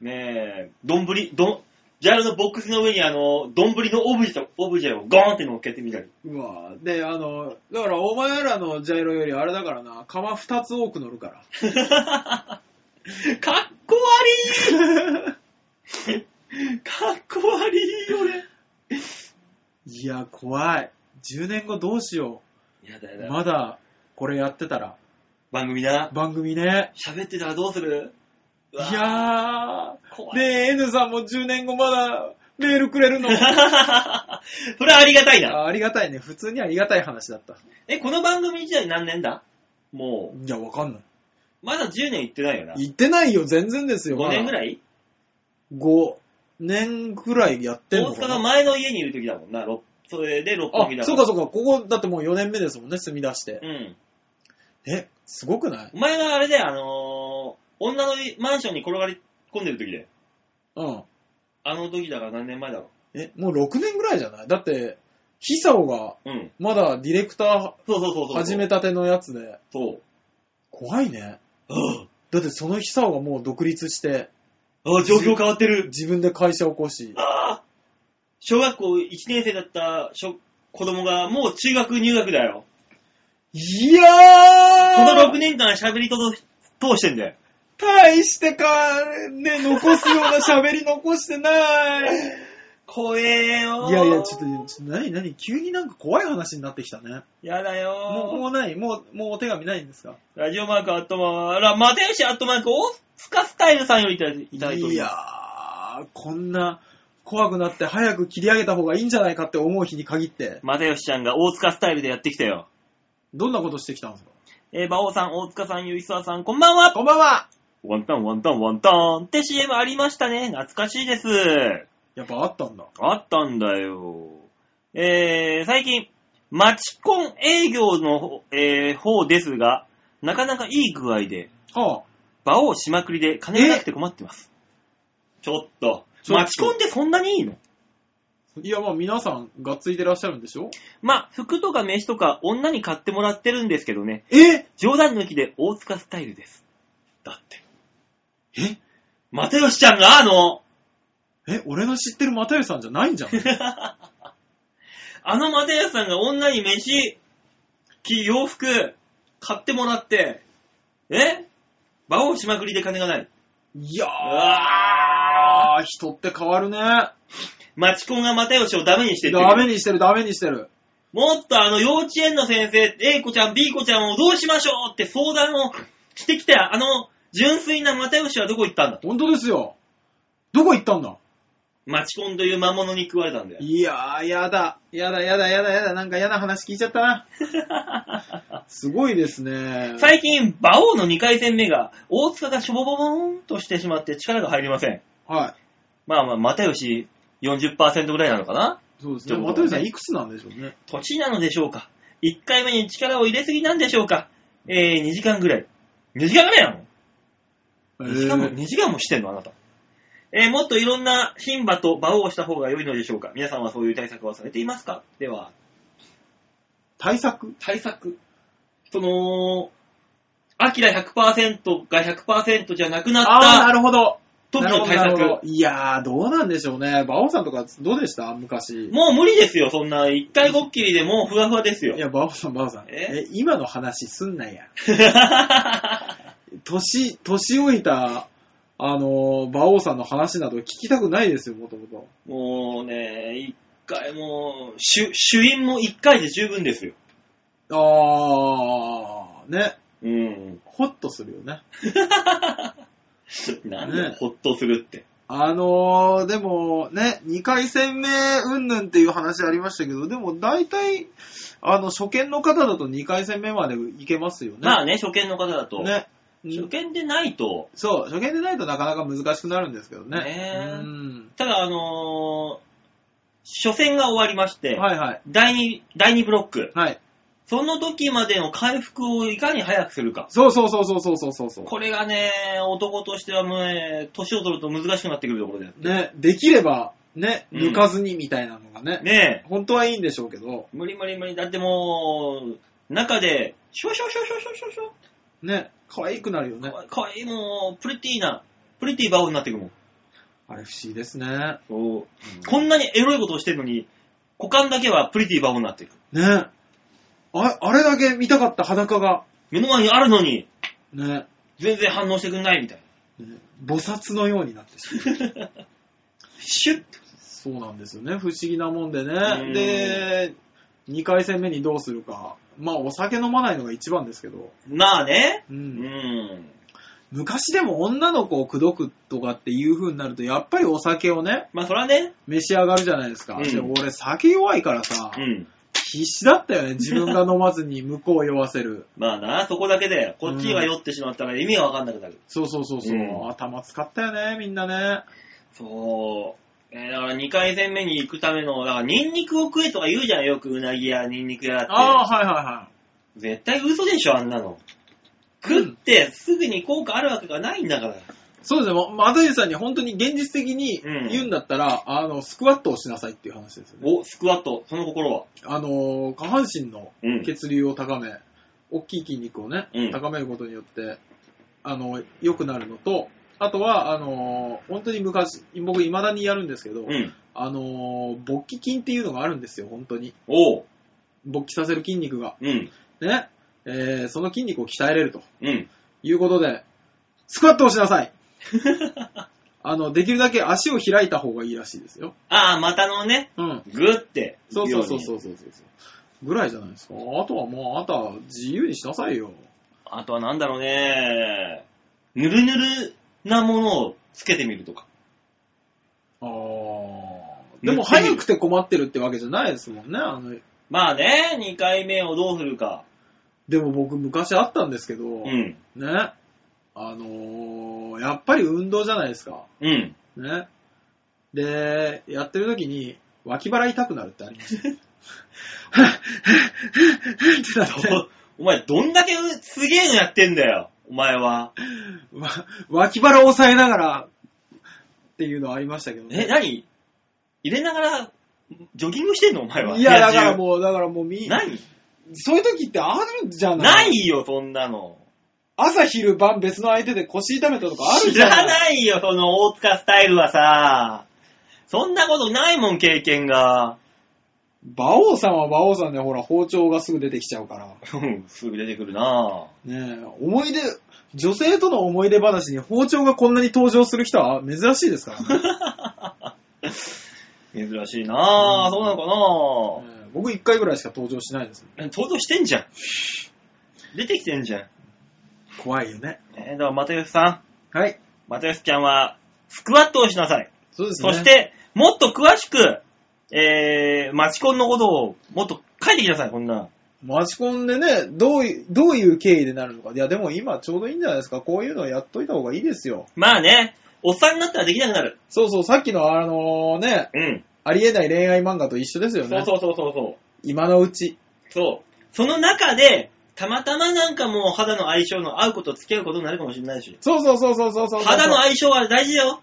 A: ねえ、どんぶり、どん、ジャイロのボックスの上にあの、どんぶりのオブジェ、オブジェをゴーンって乗っけてみた (laughs) り。
B: うわぁで、あの、だからお前らのジャイロよりあれだからな、釜二つ多く乗るから。
A: かっこ悪い (laughs) かっこ悪い俺。
B: いや、怖い。10年後どうしよ
A: やだ
B: う。
A: やだ。
B: まだ、これやってたら。
A: 番組な。
B: 番組ね。
A: 喋ってたらどうする
B: いう
A: わ
B: やー。
A: 怖 (laughs) い。
B: で、N さんも10年後まだメールく
A: (laughs)
B: れるの
A: それはありがたいな。
B: あありがたいね。普通にありがたい話だった。
A: え、この番組時代何年だも
B: いや、わかんない。
A: う、まだ10年いってないよな。
B: 言ってないよ、全然ですよ。
A: 5年ぐ
B: い
A: らい
B: ?5 年ぐらいやってん
A: 大
B: の
A: 塚
B: か
A: が
B: な。
A: 前の家にいる時だもんな。ろそれで六
B: あ
A: 本木、だ
B: そう
A: ら
B: かそうか。ここ、だってもう4年目ですもんね、住み出して。
A: うん。
B: え、すごくない
A: お前があれで、あのー女のマンションに転がり込んでる時で。
B: うん。
A: あの時だから何年前だろ
B: え、もう6年ぐらいじゃないだって、ヒサオが
A: う。うん。
B: まだディレクタ
A: そうそうそうそう。
B: ー始めたてのやつで、
A: そう。
B: 怖いね。
A: あ
B: だってそのヒサオがもう独立して、
A: あ、ああ状況変わってる。
B: 自分で会社を起こし、
A: ああ小学校1年生だった小子供がもう中学入学だよ。
B: いやー
A: この6年間喋りとど通してんだよ。
B: 大してか、ね、残すような喋り残してない。
A: 怖えよ
B: いやいや、ちょっと、ちょっと何、何、急になんか怖い話になってきたね。
A: やだ
B: もう、も
A: よ
B: うない、もう、もうお手紙ないんですか
A: ラジオマークアットマーク、ラマテンシアットマーク、オスカスタイルさんよりいただいております。
B: いやー、こんな、怖くなって早く切り上げた方がいいんじゃないかって思う日に限って、
A: マテヨシちゃんが大塚スタイルでやってきたよ。
B: どんなことしてきたんですか
A: えー、馬王さん、大塚さん、ゆいすわさん、こんばんは
B: こんばんは
A: ワンタン、ワンタン、ワンタンって CM ありましたね。懐かしいです。
B: やっぱあったんだ。
A: あったんだよ。えー、最近、マチコン営業の方、えー方ですが、なかなかいい具合で、
B: はあ、
A: 場をしまくりで金がなくて困ってます。ちょっと。
B: ちょっと
A: マチコンってそんなにいいの
B: いや、まあ皆さん、がっついてらっしゃるんでしょ
A: まあ、服とか飯とか女に買ってもらってるんですけどね。
B: え
A: 冗談抜きで大塚スタイルです。だって。
B: え
A: 又吉ちゃんがあの、 (laughs)
B: え、俺の知ってる又吉さんじゃないんじゃん。
A: あのマテヤスさんが女に飯、き洋服、買ってもらって、え馬王しまくりで金がない。
B: いやー
A: うわ
B: 人って変わるね。
A: マチコンが又吉をダメにしてってる
B: ダメにしてる、ダメにしてる。
A: もっとあの幼稚園の先生、A 子ちゃん、B 子ちゃんをどうしましょうって相談をしてきた、あの純粋な又吉はどこ行ったんだ
B: 本当ですよ。どこ行ったんだ
A: マチコンという魔物に食われたんだよ。
B: いやー、やだ。やだ、やだ、やだ、やだ。なんか嫌な話聞いちゃったな。 (laughs) すごいですね。
A: 最近、馬王の2回戦目が、大塚がしょぼぼぼーんとしてしまって力が入りません。
B: は。
A: まあまあ、又吉40%ぐらいなのかない
B: そうです
A: ちょ
B: ね。
A: っと
B: またさん、いくつなんでしょうね。
A: 土地なのでしょうか ?1 回目に力を入れすぎなんでしょうかえー、2時間ぐらい。2時間ぐらいなの
B: え
A: 2時間も、
B: ー
A: 2時間もしてんのあなた。えーもっといろんな牝馬と馬王をした方が良いのでしょうか皆さんはそういう対策はされていますかでは、
B: 対策
A: 対策。その、アキラ100%が100%じゃなくなっ
B: あー、な
A: た
B: るほど。
A: 時の対
B: なるほどな
A: 策
B: るほ。どいやー、どうなんでしょうね。馬王さんとかどうでした昔。
A: もう無理ですよ、そんな。一回ごっきりでもうふわふわですよ
B: い。や、馬王さん、馬王さん。
A: え
B: え、今の話すんなや。年、年老いた、あのー、馬王さんの話など聞きたくないですよ、もともと。
A: (laughs) もうね、一回もう、主、主因も一回で十分ですよ。
B: あー、ね。
A: うん。
B: ホッとするよね。
A: なんで
B: ね
A: ほっとするって。
B: あのー、でもね、2回戦目、うんぬんっていう話ありましたけど、でも大体、あの、初見の方だと2回戦目までいけますよね。
A: まあね、初見の方だと。
B: ね。
A: 初見でないと、
B: そう、初見でないとなかなか難しくなるんですけどね。
A: ねえ
B: うん。
A: ただ、あのー初戦が終わりまして、
B: はいはい。
A: 第2、第二ブロック。
B: はい。
A: その時までの回復をいかに早くするか。
B: そうそうそうそうそうそうそうそう。
A: これがね、男としてはもうね、年を取ると難しくなってくるところで。
B: ね、できれば、ね、
A: うん
B: 抜かずにみたいなのがね、
A: (laughs) ねえ、
B: 本当はいいんでしょうけど、
A: 無理無理無理。だってもう、中で、シュワシュワシュワシュワシュワシュワ
B: ね、可愛くなるよね
A: か。わかわいい、もう、プリティな、プリティバオになってくるもん。
B: あれ不思議ですね。
A: こんなにエロいことをしてるのに、股間だけはプリティバオになっていく。
B: ね、ああれだけ見たかった裸が、
A: 目の前にあるのに、
B: ね、
A: 全然反応してくんないみたいな。
B: ね菩薩のようになってし
A: (laughs)
B: まう。
A: シュッ
B: そうなんですよね、不思議なもんで
A: うん
B: ね。で、2回戦目にどうするか。まあ、お酒飲まないのが一番ですけど、
A: まあね。
B: う
A: うんん。
B: 昔でも女の子を口説くとかっていう風になると、やっぱりお酒をね、
A: まあそらね。
B: 召し上がるじゃないですか。
A: うん
B: で俺、酒弱いからさ、
A: うん。
B: 必死だったよ
A: (laughs)
B: ね。自分が飲まずに向こうを酔わせる。
A: まあな、そこだけで、こっちが酔ってしまったら意味がわかんなくなる。
B: そうそうそうそう、
A: うん
B: 頭使ったよね、みんなね。
A: そう。えーだから2回戦目に行くための、だからニンニクを食えとか言うじゃん、よくうなぎやニンニクやって。
B: ああ、はいはいは
A: 絶対嘘でしょ、あんなの。
B: うん
A: 食ってすぐに効果あるわけがないんだから。
B: い。そうですね。もう又吉さんに本当に現実的に
A: うん
B: 言うんだったら、あの、スクワットをしなさいっていう話ですよね。
A: お、スクワット、その心は。
B: あのー、下半身の
A: うん。
B: 血流を高め、大きい筋肉をね、
A: うん
B: 高めることによって、あの、良くなるのと、あとは、あのー、本当に昔、僕未だにやるんですけど、
A: うん。
B: あのー、勃起筋っていうのがあるんですよ、本当に。
A: おう。
B: 勃起させる筋肉が。
A: うん。
B: ね、えーその筋肉を鍛えれると
A: うん。
B: いうことで、スクワットをしな
A: (laughs)
B: さいあの、できるだけ足を開いた方がいいらしいですよ。
A: ああ、股のね、
B: うん。
A: グって。
B: そうそうそう
A: う。
B: そうそうそうそう。ぐらいじゃないですか。あとはもう、あなたは自由にしなさいよ。
A: あとはなんだろうね。ぬるぬるなものをつけてみるとか。
B: あー。でも早くて困ってるってわけじゃないですもんね。あの、
A: まあね、2回目をどうするか。
B: でも僕昔あったんですけど、
A: うん。
B: ね。あのーやっぱり運動じゃないですか。
A: うん。 (laughs)
B: ね。で、やってる時に、脇腹痛くなるってありました。ってなって、
A: お前、どんだけすげえのやってんだよ、お前は。
B: わ (laughs) 脇腹を押さえながら、っていうのはありましたけど
A: え、
B: ね。
A: 何入れながら、ジョギングしてんのお前は。
B: いや、だ
A: 部屋
B: か
A: 中
B: らもう、だからもうみ、
A: 何
B: そういう時ってあるんじゃな
A: ないいよ、そんなの。
B: 朝昼晩別の相手で腰痛めたとかあ
A: 知
B: るじゃな
A: ら
B: い
A: ないよ、その大塚スタイルはさ。そんなことないもん、経験が。
B: 馬王さんは馬王さんでほら、包丁がすぐ出てきちゃうから。
A: うんすぐ出てくるなぁ。
B: ねえ、思い出、女性との思い出話に包丁がこんなに登場する人は珍しいで
A: (laughs)
B: すからね。
A: 珍しいなぁ、
B: うん
A: そうなの
B: ええ僕一回ぐらいしか登場しないです。
A: かなぁ。登場してんじゃん。出てきてんじゃん。
B: 怖いよね。
A: えー、では、又吉さん。
B: はい。
A: 又吉ちゃんは、スクワットをしなさい。
B: そうですね。
A: そし、て、もっと詳しく、えー、マチコンのことをもっと書いてきなさい、こんな。
B: マチコンでね、どうい、どういう経緯でなるのか。いや、でも今ちょうどいいんじゃないですか。こういうのやっといた方がいいですよ。
A: まあね、おっさんになったらできなくなる。
B: そうそう、さっきのあのね、
A: うん。
B: ありえない恋愛漫画と一緒ですよね。
A: そうそうそうそうそう。
B: 今のうち。
A: そう。その中で、たまたまなんかもう肌の相性の合うこと付き合うことになるかもしれないし。
B: そうそうそうそうそうそうそう。
A: 肌の相性は大事だよ。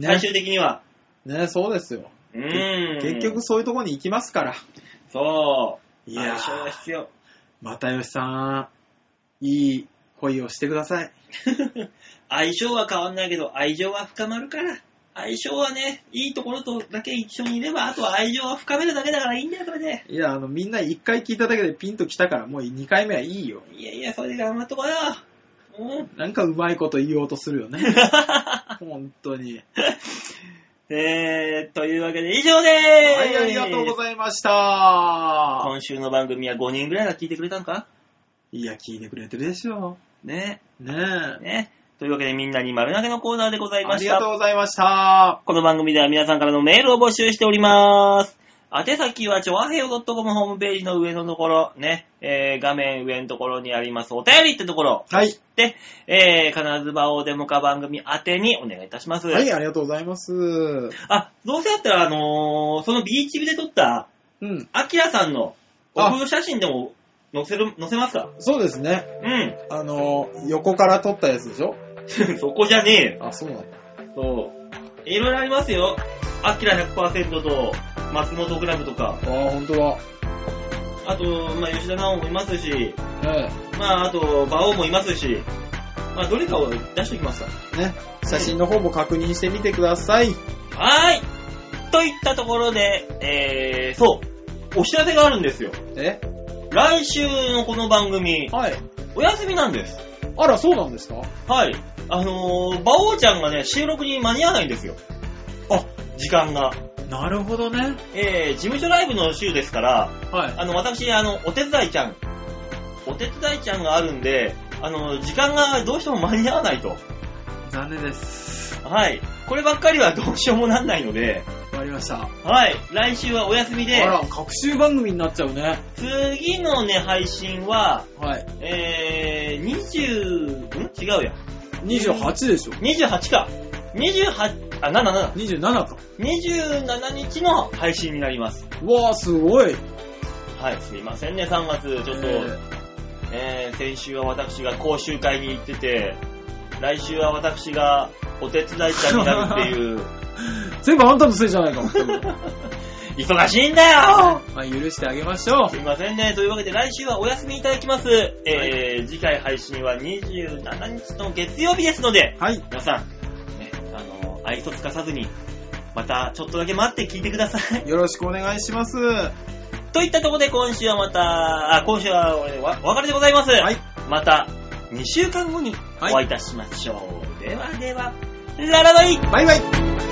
A: 最
B: ね
A: 終的には。
B: ね、そうですよ。
A: うーん。
B: 結局。そういうとこに行きますから。
A: そう。
B: いや
A: 相
B: ー
A: 性が必要。 (laughs)
B: 又吉さん、いい恋をしてください。
A: 相性は変わんないけど、愛情は深まるから。相性はね、いいところとだけ一緒にいれば、あとは愛情は深めるだけだからいいんだよ、それで。
B: いや、あの、みんな一回聞いただけでピンときたから、もう二回目はいいよ。
A: いやいや、それで頑張っとこうよ。うん。
B: なんかうまいこと言おうとする (laughs) よね。本当に。
A: えー、というわけで以上でーす。
B: はい、ありがとうございました。
A: 今週の番組は5人ぐらいが聞いてくれたのか
B: いや、聞いてくれてるでしょ。
A: ね。
B: ねえ。
A: ね。というわけでみんなに丸投げのコーナーでござい
B: あ
A: ま
B: り
A: し
B: がとう
A: た。
B: ございました。
A: この番組では皆さんからのメールを募集しております。宛先は、ちょわへよ .com ホームページの上のところ、ね、えー、画面上のところにあります、お便りってところ、
B: はい。
A: で、えー、金沢おデモカ番組宛てにお願いいたします。
B: はい、ありがとうございます。う
A: あ、どうせだったら、あのーそのビーチ部で撮った、
B: ん。
A: アキラさんのお
B: あ
A: 風呂写真でも載せる、載せますか
B: そうですね。
A: うん。 (laughs)
B: あの、横から撮ったやつでしょ
A: そこじゃねえよ。
B: あ、そうなんだ。
A: そう。いろいろありますよ。アキラ100%と、松本グラムとか、
B: ああ、本当だ。
A: あと、まあ、吉田直もいますし、
B: え
A: まあ、あと、馬王もいますし、まあ、どれかを出しておきますか。
B: えね。写真の方も確認してみてください。
A: はーい。といったところで、えー、そう。お知らせがあるんですよ。
B: え
A: 来週のこの番組、
B: はい。
A: お休みなんです。
B: あら、そうなんですか
A: はい。あのー、馬王ちゃんがね、収録に間に合わないんですよ。
B: あ、
A: 時間が。
B: なるほどね。
A: えー、事務所ライブの週ですから、
B: はい。
A: あの、私、あの、お手伝いちゃん、お手伝いちゃんがあるんで、あの、時間がどうしても間に合わないと。
B: 残念です。
A: はい。こればっかりはどうしようもなんないので、
B: わかりました。
A: はい。来週はお休みで
B: あ、ら、各週番組になっちゃうね。
A: 次のね、配信は、
B: はい。
A: えー、20、ん違うや。
B: 28でしょ。
A: 28か。28、あ、7、7。
B: 27か。
A: 27日の配信になります。
B: うわあ、すごい。
A: はい、すいませんね、3月。ちょっと、
B: え
A: えー先週は私が講習会に行ってて、来週は私がお手伝い者になるっていう、
B: ー全部あんたのせいじゃないかも。
A: (laughs) 忙しいんだよ
B: (laughs) まあ、許してあげましょ
A: すいませんね。というわけで来週はお休みいただきます。えー次回配信は27日の月曜日ですので、
B: う。はい。
A: 皆さん、ね、あの、愛想つかさずに、またちょっとだけ待って聞いてください。
B: よろしくお願いします。は
A: といったところで今週はまた、あ、今週は俺わお別れでございます。
B: い。
A: また2週間後にお
B: はい
A: 会いいたしましょう。ではでは、ララバイ
B: バイバイ。